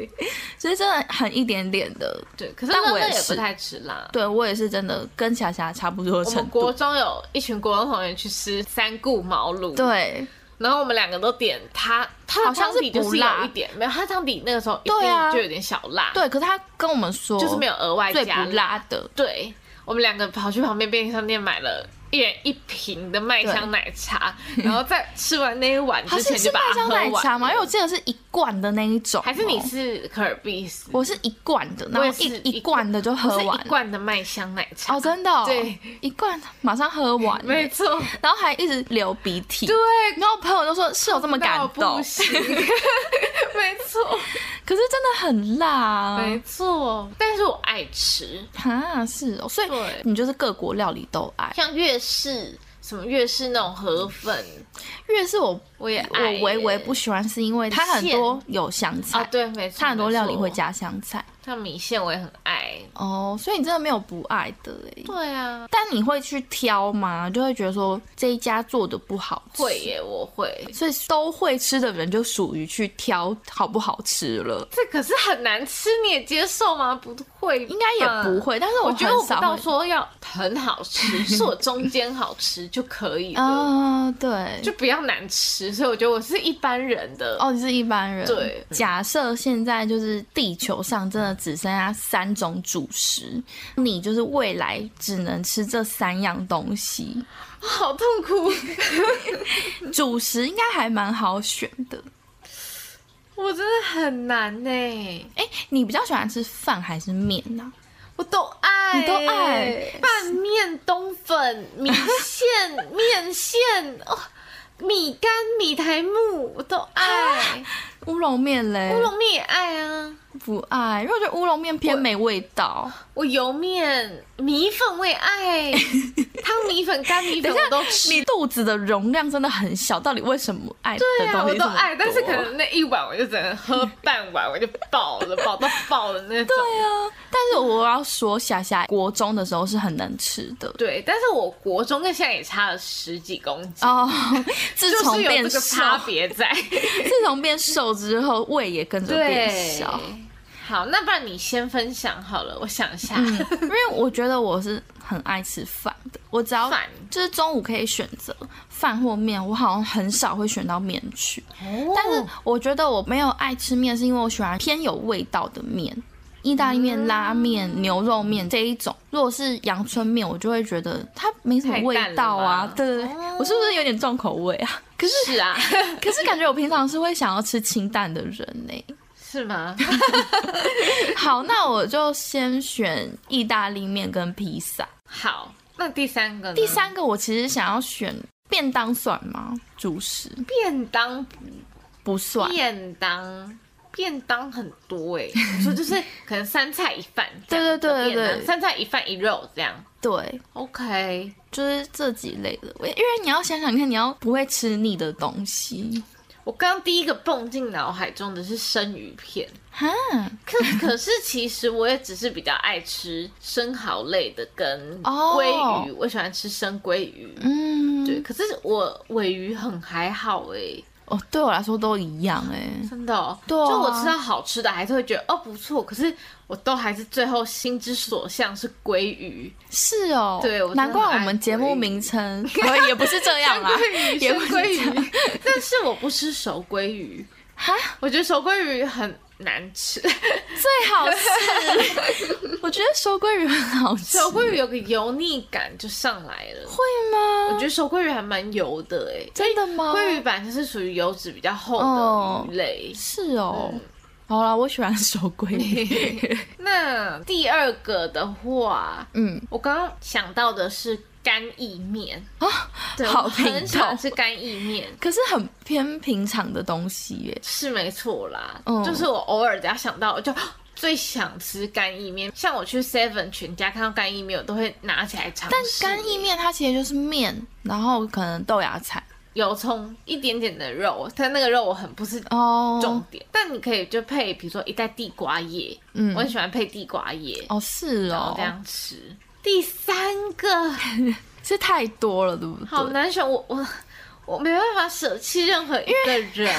Speaker 1: 所以真的很一点点的。
Speaker 2: 对，可是
Speaker 1: 但
Speaker 2: 那
Speaker 1: 我也
Speaker 2: 那也
Speaker 1: 是
Speaker 2: 不太吃辣。
Speaker 1: 对我也是真的跟霞霞差不多的
Speaker 2: 我
Speaker 1: 程
Speaker 2: 们国
Speaker 1: 度。
Speaker 2: 中有一群国中同学去吃三顾茅庐，，
Speaker 1: 对
Speaker 2: 然后我们两个都点它，它
Speaker 1: 好
Speaker 2: 的
Speaker 1: 像
Speaker 2: 汤
Speaker 1: 是
Speaker 2: 底就是
Speaker 1: 不辣
Speaker 2: 有一点，没有它汤底那个时候一
Speaker 1: 对啊
Speaker 2: 定就有点小辣，
Speaker 1: 对，可是她跟我们说，
Speaker 2: 就是没有额外
Speaker 1: 最
Speaker 2: 加
Speaker 1: 不辣的。
Speaker 2: 对，我们两个跑去旁边便利商店买了一人一瓶的麦香奶茶，然后在吃完那一碗
Speaker 1: 它
Speaker 2: 之
Speaker 1: 是
Speaker 2: 前
Speaker 1: 是
Speaker 2: 就把
Speaker 1: 麦
Speaker 2: 它
Speaker 1: 香
Speaker 2: 喝
Speaker 1: 奶
Speaker 2: 完。
Speaker 1: 茶吗？因为我记得是一罐的那一种哦、
Speaker 2: 还是你是可尔必斯？
Speaker 1: 我是一罐的，然
Speaker 2: 我
Speaker 1: 后
Speaker 2: 也是
Speaker 1: 一一
Speaker 2: 一
Speaker 1: 罐的就喝
Speaker 2: 我
Speaker 1: 完
Speaker 2: 是一罐的麦香奶茶
Speaker 1: 哦，真的、哦，
Speaker 2: 对，
Speaker 1: 一罐马上喝完，
Speaker 2: 没错，
Speaker 1: 然后还一直流鼻涕，
Speaker 2: 对，
Speaker 1: 然后我朋友都说是有这么感
Speaker 2: 那我
Speaker 1: 动
Speaker 2: 哦不，行，没错，
Speaker 1: 可是真的很辣
Speaker 2: 没
Speaker 1: 啊！
Speaker 2: 错，但是我爱吃，
Speaker 1: 哈，是哦，所以
Speaker 2: 对
Speaker 1: 你就是各国料理都爱。
Speaker 2: 像粤式什么粤式那种河粉
Speaker 1: 越是我
Speaker 2: 我也爱耶
Speaker 1: 我微微不喜欢，是因为它很多有香
Speaker 2: 啊，
Speaker 1: 菜，
Speaker 2: 对，没错，
Speaker 1: 它很多
Speaker 2: 没
Speaker 1: 料
Speaker 2: 错
Speaker 1: 理会，加香菜
Speaker 2: 像米线我也很爱，
Speaker 1: 哦，所以你真的没有不爱的哎。
Speaker 2: 对啊，
Speaker 1: 但你会去挑吗？就会觉得说这一家做的不好吃，
Speaker 2: 会耶，我会。
Speaker 1: 所以都会吃的人就属于去挑好不好吃了，
Speaker 2: 这可是很难吃，你也接受吗？不会，
Speaker 1: 应该也不。会。但是
Speaker 2: 我
Speaker 1: 嗯哦很
Speaker 2: 觉得我不
Speaker 1: 少
Speaker 2: 到
Speaker 1: 会
Speaker 2: 说要很好 吃，是我中间好吃就可以了，
Speaker 1: 啊、对，
Speaker 2: 就不要难吃。所以我觉得我是一般人的。
Speaker 1: 哦，你是一般人。
Speaker 2: 对
Speaker 1: 假设现在就是地球上真的只剩下三种主食，你就是未来只能吃这三样东西。
Speaker 2: 好痛苦，
Speaker 1: 主食应该还蛮好选的。
Speaker 2: 我真的很难呢、
Speaker 1: 哎、你比较喜欢吃饭还是面啊呢、
Speaker 2: 我都爱、
Speaker 1: 你都爱
Speaker 2: 拌面、冬粉、米 线、面线哦，米干、米苔木，我都
Speaker 1: 啊
Speaker 2: 爱。
Speaker 1: 乌龙面嘞，
Speaker 2: 乌龙面也爱啊，
Speaker 1: 不爱，因为我觉得乌龙面偏没味道。
Speaker 2: 我油面、米粉我 也爱，汤米粉、干米粉我都吃。
Speaker 1: 你肚子的容量真的很小，到底为什么爱的
Speaker 2: 对啊，
Speaker 1: 东
Speaker 2: 我
Speaker 1: 西这
Speaker 2: 都
Speaker 1: 么
Speaker 2: 爱，但是可
Speaker 1: 多
Speaker 2: 能那一碗我就只能喝半碗，我就饱了，饱到爆的那种。对啊，
Speaker 1: 但是我要说，霞霞国中的时候是很能吃 的。
Speaker 2: 对，但是我国中跟现在也差了十几公斤，
Speaker 1: 哦， 自
Speaker 2: 就
Speaker 1: 从
Speaker 2: 是有
Speaker 1: 变
Speaker 2: 这
Speaker 1: 瘦，
Speaker 2: 个差别 在。
Speaker 1: 自从变瘦之后，胃也跟着变
Speaker 2: 对
Speaker 1: 小。，
Speaker 2: 好，那不然你先分享好了，我想一 下。
Speaker 1: 因为我觉得我是很爱吃饭的，我只要
Speaker 2: 饭
Speaker 1: 就是中午可以选择饭或面，我好像很少会选到面去。
Speaker 2: 哦
Speaker 1: 但是我觉得我没有爱吃面，是因为我喜欢偏有味道的面。意大利面、拉面、牛肉面这一种。如果是阳春面，我就会觉得它没什么味道啊
Speaker 2: 太淡了吧。哦
Speaker 1: 对对对，我是不是有点重口味啊？可是
Speaker 2: 是啊，
Speaker 1: 可是感觉我平常是会想要吃清淡的人呢、
Speaker 2: 是吗？
Speaker 1: 好，那我就先选意大利面跟披萨。
Speaker 2: 好，那第三个呢，
Speaker 1: 第三个，我其实想要选便当算吗？主食
Speaker 2: 便当，
Speaker 1: 不算。
Speaker 2: 便当。便当很多 哎、欸，说就是可能三菜一饭这
Speaker 1: 对
Speaker 2: 样，
Speaker 1: 对对对
Speaker 2: 便当
Speaker 1: 对
Speaker 2: 三菜一饭一肉这样。
Speaker 1: 对，
Speaker 2: OK，
Speaker 1: 就是这几类的，因为你要想想看，你要不会吃腻的东西。
Speaker 2: 我刚刚第一个蹦进脑海中的是生鱼片，
Speaker 1: 哈，
Speaker 2: 可 可是其实我也只是比较爱吃生蚝类的跟
Speaker 1: 哦
Speaker 2: 鲑鱼，我喜欢吃生鲑鱼。
Speaker 1: 嗯，
Speaker 2: 对，可是我尾鱼很还好哎、欸，
Speaker 1: 哦，对我来说都一样哎、
Speaker 2: 真的、哦，
Speaker 1: 对啊
Speaker 2: 就我吃到好吃的还是会觉得哦不错，可是我都还是最后心之所向是鲑鱼，
Speaker 1: 是哦，
Speaker 2: 对我真的
Speaker 1: 难怪我
Speaker 2: 很爱
Speaker 1: 们节
Speaker 2: 鲑
Speaker 1: 目
Speaker 2: 鱼
Speaker 1: 名称我也不是这 样啦， 也不
Speaker 2: 生
Speaker 1: 是
Speaker 2: 鲑
Speaker 1: 这样
Speaker 2: 鱼， 但是我不吃熟鲑鱼，
Speaker 1: 哈，
Speaker 2: 我觉得熟鲑鱼很难 吃，
Speaker 1: 最好是， 我觉得熟鲑鱼很好吃，
Speaker 2: 熟鲑鱼有个油腻感就上来了。
Speaker 1: 会吗？
Speaker 2: 我觉得熟鲑鱼还蛮油的哎、
Speaker 1: 真的吗？
Speaker 2: 鲑鱼版就是属于油脂比较厚
Speaker 1: 哦
Speaker 2: 的鱼类。
Speaker 1: 是哦
Speaker 2: 嗯，
Speaker 1: 好啦，我喜欢熟鲑鱼，
Speaker 2: 那第二个的话，
Speaker 1: 嗯，
Speaker 2: 我刚刚想到的是干意面啊， 对，
Speaker 1: 好
Speaker 2: 我很
Speaker 1: 平
Speaker 2: 喜欢
Speaker 1: 淡
Speaker 2: 吃干意面。
Speaker 1: 可是很偏平常的东西耶。
Speaker 2: 是没错啦，
Speaker 1: 嗯
Speaker 2: 就是我偶尔只要想到，我就 最想吃干意面。像我去 Seven 全家看到干意面，我都会拿起来尝
Speaker 1: 但
Speaker 2: 试。
Speaker 1: 干意面它其实就是面，然后可能豆芽菜
Speaker 2: 油葱一点点的肉，但那个肉我很不是
Speaker 1: 哦，
Speaker 2: 重点。但你可以就配，比如说一袋地瓜叶，
Speaker 1: 嗯
Speaker 2: 我很喜欢配地瓜叶，
Speaker 1: 哦是
Speaker 2: 然后
Speaker 1: 哦
Speaker 2: 这，样吃。第三 个
Speaker 1: 是太多了，对不
Speaker 2: 好
Speaker 1: 对？
Speaker 2: 难选，我我我没办法舍弃任何一个人。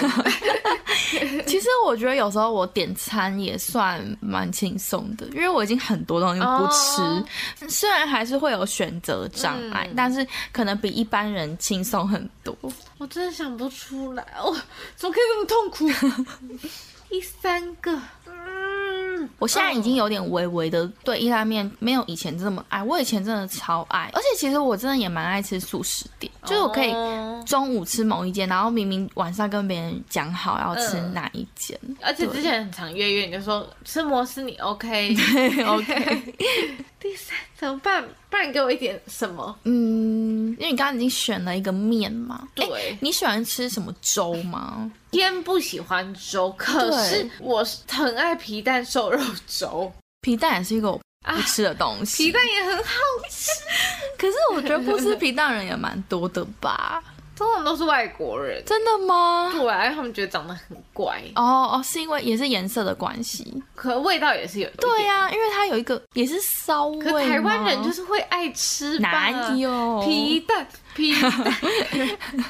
Speaker 1: 其实我觉得有时候我点餐也算蛮轻松的，因为我已经很多东西不吃，
Speaker 2: 哦
Speaker 1: 虽然还是会有选择障碍，
Speaker 2: 嗯
Speaker 1: 但是可能比一般人轻松很多。
Speaker 2: 我真的想不出来，我怎么可以那么痛苦？ 第三个，嗯，
Speaker 1: 我现在已经有点微微的对意大利面没有以前这么爱，我以前真的超爱，而且其实我真的也蛮爱吃素食店，就是我可以
Speaker 2: 哦
Speaker 1: 中午吃某一间，然后明明晚上跟别人讲好要吃
Speaker 2: 嗯
Speaker 1: 哪一间。
Speaker 2: 而且之前很常月月你就说吃摩斯你 OK，
Speaker 1: OK，
Speaker 2: 第三怎么办？不然你给我一点什么？
Speaker 1: 嗯，因为你刚刚已经选了一个面嘛，
Speaker 2: 对
Speaker 1: 诶你喜欢吃什么粥吗？
Speaker 2: 天不喜欢粥，可是我是很爱皮蛋瘦肉粥，
Speaker 1: 皮蛋也是一个我不
Speaker 2: 啊
Speaker 1: 吃的东西，
Speaker 2: 皮蛋也很好吃，
Speaker 1: 可是我觉得不吃皮蛋人也蛮多的吧？
Speaker 2: 通常都是外国人，
Speaker 1: 真的吗？
Speaker 2: 对啊，因为他们觉得长得很怪，
Speaker 1: 哦哦，是因为也是颜色的关系。
Speaker 2: 可味道也是有一点
Speaker 1: 对呀、因为它有一个也是骚味
Speaker 2: 可
Speaker 1: 吗。
Speaker 2: 台湾人就是是会爱吃吧，
Speaker 1: 哪有
Speaker 2: 皮蛋皮 蛋，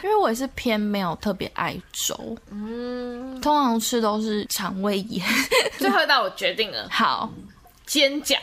Speaker 1: 因为我也是偏没有特别爱粥，
Speaker 2: 嗯，
Speaker 1: 通常吃都是肠胃炎。
Speaker 2: 最后一道我决定了，
Speaker 1: 好
Speaker 2: 煎饺。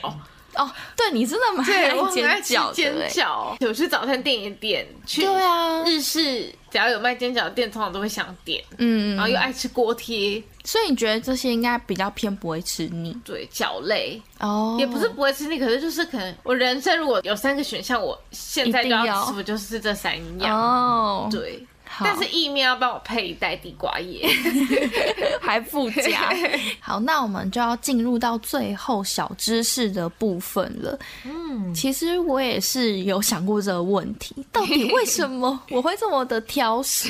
Speaker 1: 哦，对你真的蛮
Speaker 2: 对，我很爱
Speaker 1: 煎
Speaker 2: 吃
Speaker 1: 饺
Speaker 2: 煎
Speaker 1: 的、欸。
Speaker 2: 饺。我去早餐店也点，去
Speaker 1: 对啊，
Speaker 2: 日式只要有卖煎饺的店，通常都会想点，
Speaker 1: 嗯
Speaker 2: 然，后又爱吃锅贴，
Speaker 1: 所以你觉得这些应该比较偏不会吃腻
Speaker 2: 对，饺类
Speaker 1: 哦，
Speaker 2: 也不是不会吃腻，可是就是可能我人生如果有三个选项，我现在就
Speaker 1: 一定要
Speaker 2: 要吃，我就是这三样。
Speaker 1: 哦，
Speaker 2: 对，
Speaker 1: 好，
Speaker 2: 但是意面要帮我配一袋地瓜叶。
Speaker 1: 还附 加。好，那我们就要进入到最后小知识的部分了。嗯，其实我也是有想过这个问题，到底为什 么我会这么的挑食？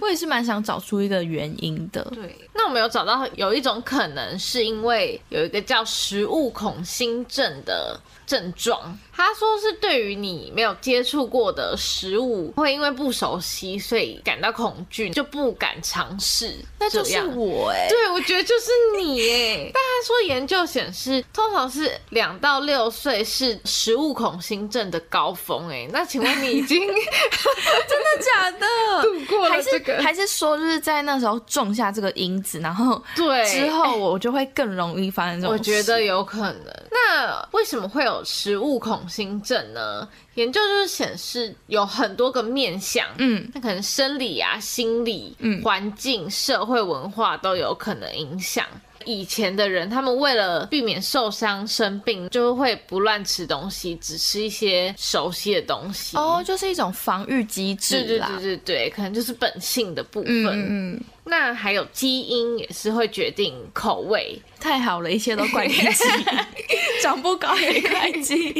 Speaker 1: 我也是蛮想找出一个原因的。
Speaker 2: 对，那我们有找到有一种可能是因为有一个叫食物恐心症的症状，他说是对于你没有接触过的食物，会因为不熟悉，所以感到恐惧，就不敢尝试。
Speaker 1: 那就
Speaker 2: 这
Speaker 1: 是
Speaker 2: 样
Speaker 1: 我哎、
Speaker 2: 对，我觉得就是你欸诶。欸但他说研究显示，通常是两到六岁是食物恐心症的高峰诶。那请问你已 经
Speaker 1: 真的假的？
Speaker 2: 度过
Speaker 1: 还
Speaker 2: 了
Speaker 1: 是、
Speaker 2: 这个？
Speaker 1: 还是说，就是在那时候种下这个因子，然后
Speaker 2: 对
Speaker 1: 之后我就会更容易发生这种
Speaker 2: 我
Speaker 1: 事。
Speaker 2: 觉得有可能。那为什么会有食物恐心症呢？研究就是显示有很多个面向，
Speaker 1: 嗯，
Speaker 2: 那可能生理啊、心理、
Speaker 1: 嗯
Speaker 2: 环境、社会文化都有可能影响。以前的人，他们为了避免受伤生病，就会不乱吃东西，只吃一些熟悉的东西。
Speaker 1: 哦，，就是一种防御机
Speaker 2: 对
Speaker 1: 制
Speaker 2: 对
Speaker 1: 啦。
Speaker 2: 对对对，可能就是本性的部分。
Speaker 1: 嗯嗯嗯，
Speaker 2: 那还有基因也是会决定口味，
Speaker 1: 太好了，一切都怪你自己，长不高也怪鸡，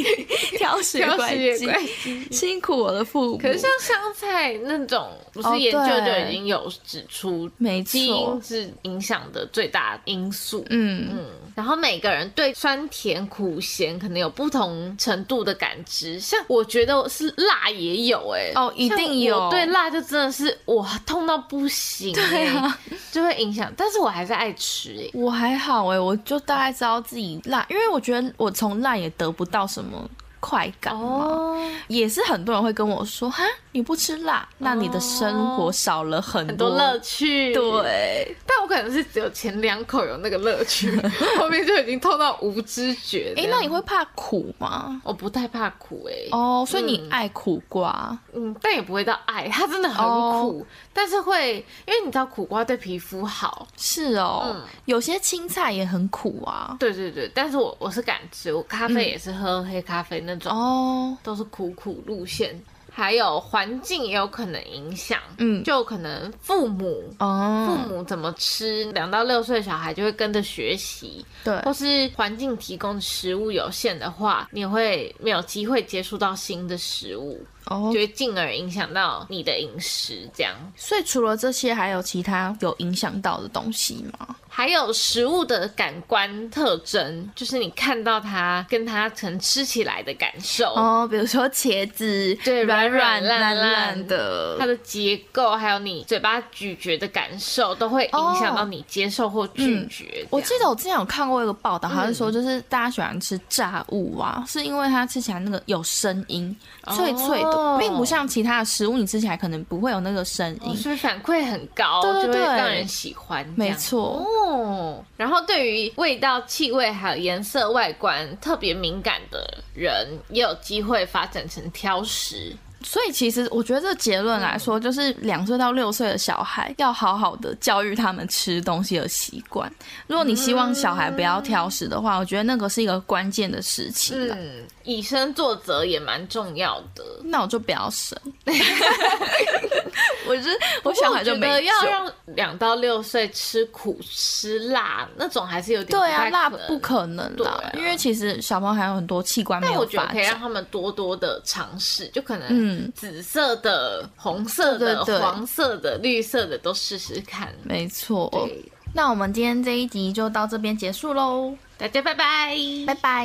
Speaker 1: 挑食也怪
Speaker 2: 也
Speaker 1: 鸡，
Speaker 2: 怪基因
Speaker 1: 辛苦我的父母。
Speaker 2: 可是像香菜那种，不
Speaker 1: 哦
Speaker 2: 是研究
Speaker 1: 对
Speaker 2: 就已经有指出，
Speaker 1: 没错
Speaker 2: 基因是影响的最大因素。
Speaker 1: 嗯，
Speaker 2: 嗯，然后每个人对酸甜苦咸可能有不同程度的感知，像我觉得是辣也有哎、
Speaker 1: 哦一定
Speaker 2: 像我
Speaker 1: 有
Speaker 2: 对辣就真的是哇痛到不行、欸，
Speaker 1: 对啊，
Speaker 2: 就会影响，但是我还是爱吃哎、
Speaker 1: 我还好哎、我就大概知道自己辣，因为我觉得我从辣也得不到什么快感嘛。
Speaker 2: 哦，
Speaker 1: 也是很多人会跟我说，哈，你不吃辣，那你的生活少了很
Speaker 2: 哦很
Speaker 1: 多
Speaker 2: 多乐趣，
Speaker 1: 对，
Speaker 2: 但我可能是只有前两口有那个乐 趣，后面就已经痛到无知觉这
Speaker 1: 哎、
Speaker 2: 样。
Speaker 1: 那你会怕苦吗？
Speaker 2: 我不太怕苦哎、
Speaker 1: 哦，所以你
Speaker 2: 嗯
Speaker 1: 爱苦瓜，
Speaker 2: 嗯，但也不会到爱，它真的很
Speaker 1: 哦
Speaker 2: 苦但是会因为你知道苦瓜对皮肤好，
Speaker 1: 是哦，
Speaker 2: 嗯
Speaker 1: 有些青菜也很苦啊。
Speaker 2: 对对对，但是我我是敢吃，我咖啡也是喝黑咖啡那种，
Speaker 1: 嗯哦，
Speaker 2: 都是苦苦路线，还有环境也有可能影响，
Speaker 1: 嗯
Speaker 2: 就可能父母。父
Speaker 1: 哦，
Speaker 2: 母怎么吃，两到六岁小孩就会跟着学习，
Speaker 1: 对，
Speaker 2: 或是环境提供的食物有限的话，你会没有机会接触到新的食物，
Speaker 1: 哦
Speaker 2: 就，会进而影响到你的饮食。这样，
Speaker 1: 所以除了这些，还有其他有影响到的东西吗？
Speaker 2: 还有食物的感官特征，就是你看到它跟它曾吃起来的感受。
Speaker 1: 哦，比如说茄子，
Speaker 2: 对
Speaker 1: 软
Speaker 2: 软
Speaker 1: 烂
Speaker 2: 烂
Speaker 1: 烂
Speaker 2: 它
Speaker 1: 的，
Speaker 2: 的结构，还有你嘴巴咀嚼的感受，都会影响到你接受或拒绝。
Speaker 1: 哦嗯我记
Speaker 2: 这样
Speaker 1: 得我之前有看过一个报道，它是
Speaker 2: 嗯
Speaker 1: 说就是大家喜欢吃炸物啊，是因为它吃起来那个有声音，脆脆的，
Speaker 2: 哦
Speaker 1: 并不像其他的食物，你吃起来可能不会有那个声
Speaker 2: 哦
Speaker 1: 音。
Speaker 2: 所以反馈很高，
Speaker 1: 对对
Speaker 2: 就
Speaker 1: 对
Speaker 2: 会让人喜欢。
Speaker 1: 没
Speaker 2: 这样
Speaker 1: 错
Speaker 2: 哦。然后对于味道、气味还有颜色、外观特别敏感的人，也有机会发展成挑食。
Speaker 1: 所以其实我觉得这结论
Speaker 2: 嗯
Speaker 1: 来说，就是两岁到六岁的小孩要好好的教育他们吃东西的习惯。如果你希望小孩不要挑食的话，我觉得那个是一个关键的时期啦。
Speaker 2: 嗯，以身作则也蛮重要的。
Speaker 1: 那我就不要生， 我是我小孩就
Speaker 2: 不过我
Speaker 1: 没
Speaker 2: 觉得要
Speaker 1: 救
Speaker 2: 让两到六岁吃苦吃辣那种，还是有点
Speaker 1: 对啊，
Speaker 2: 太
Speaker 1: 辣
Speaker 2: 能
Speaker 1: 不可能啦，
Speaker 2: 对啊
Speaker 1: 因为其实小朋友还有很多器官没
Speaker 2: 但
Speaker 1: 有
Speaker 2: 我觉得
Speaker 1: 发
Speaker 2: 可以啊让
Speaker 1: 展。
Speaker 2: 他们多多的尝试，就可
Speaker 1: 嗯
Speaker 2: 能紫色的、红色
Speaker 1: 对
Speaker 2: 的、
Speaker 1: 对对
Speaker 2: 黄色的、绿色的都试试看。
Speaker 1: 没错，
Speaker 2: 对，
Speaker 1: 那我们今天这一集就到这边结束喽，
Speaker 2: 大家拜拜，
Speaker 1: 拜拜。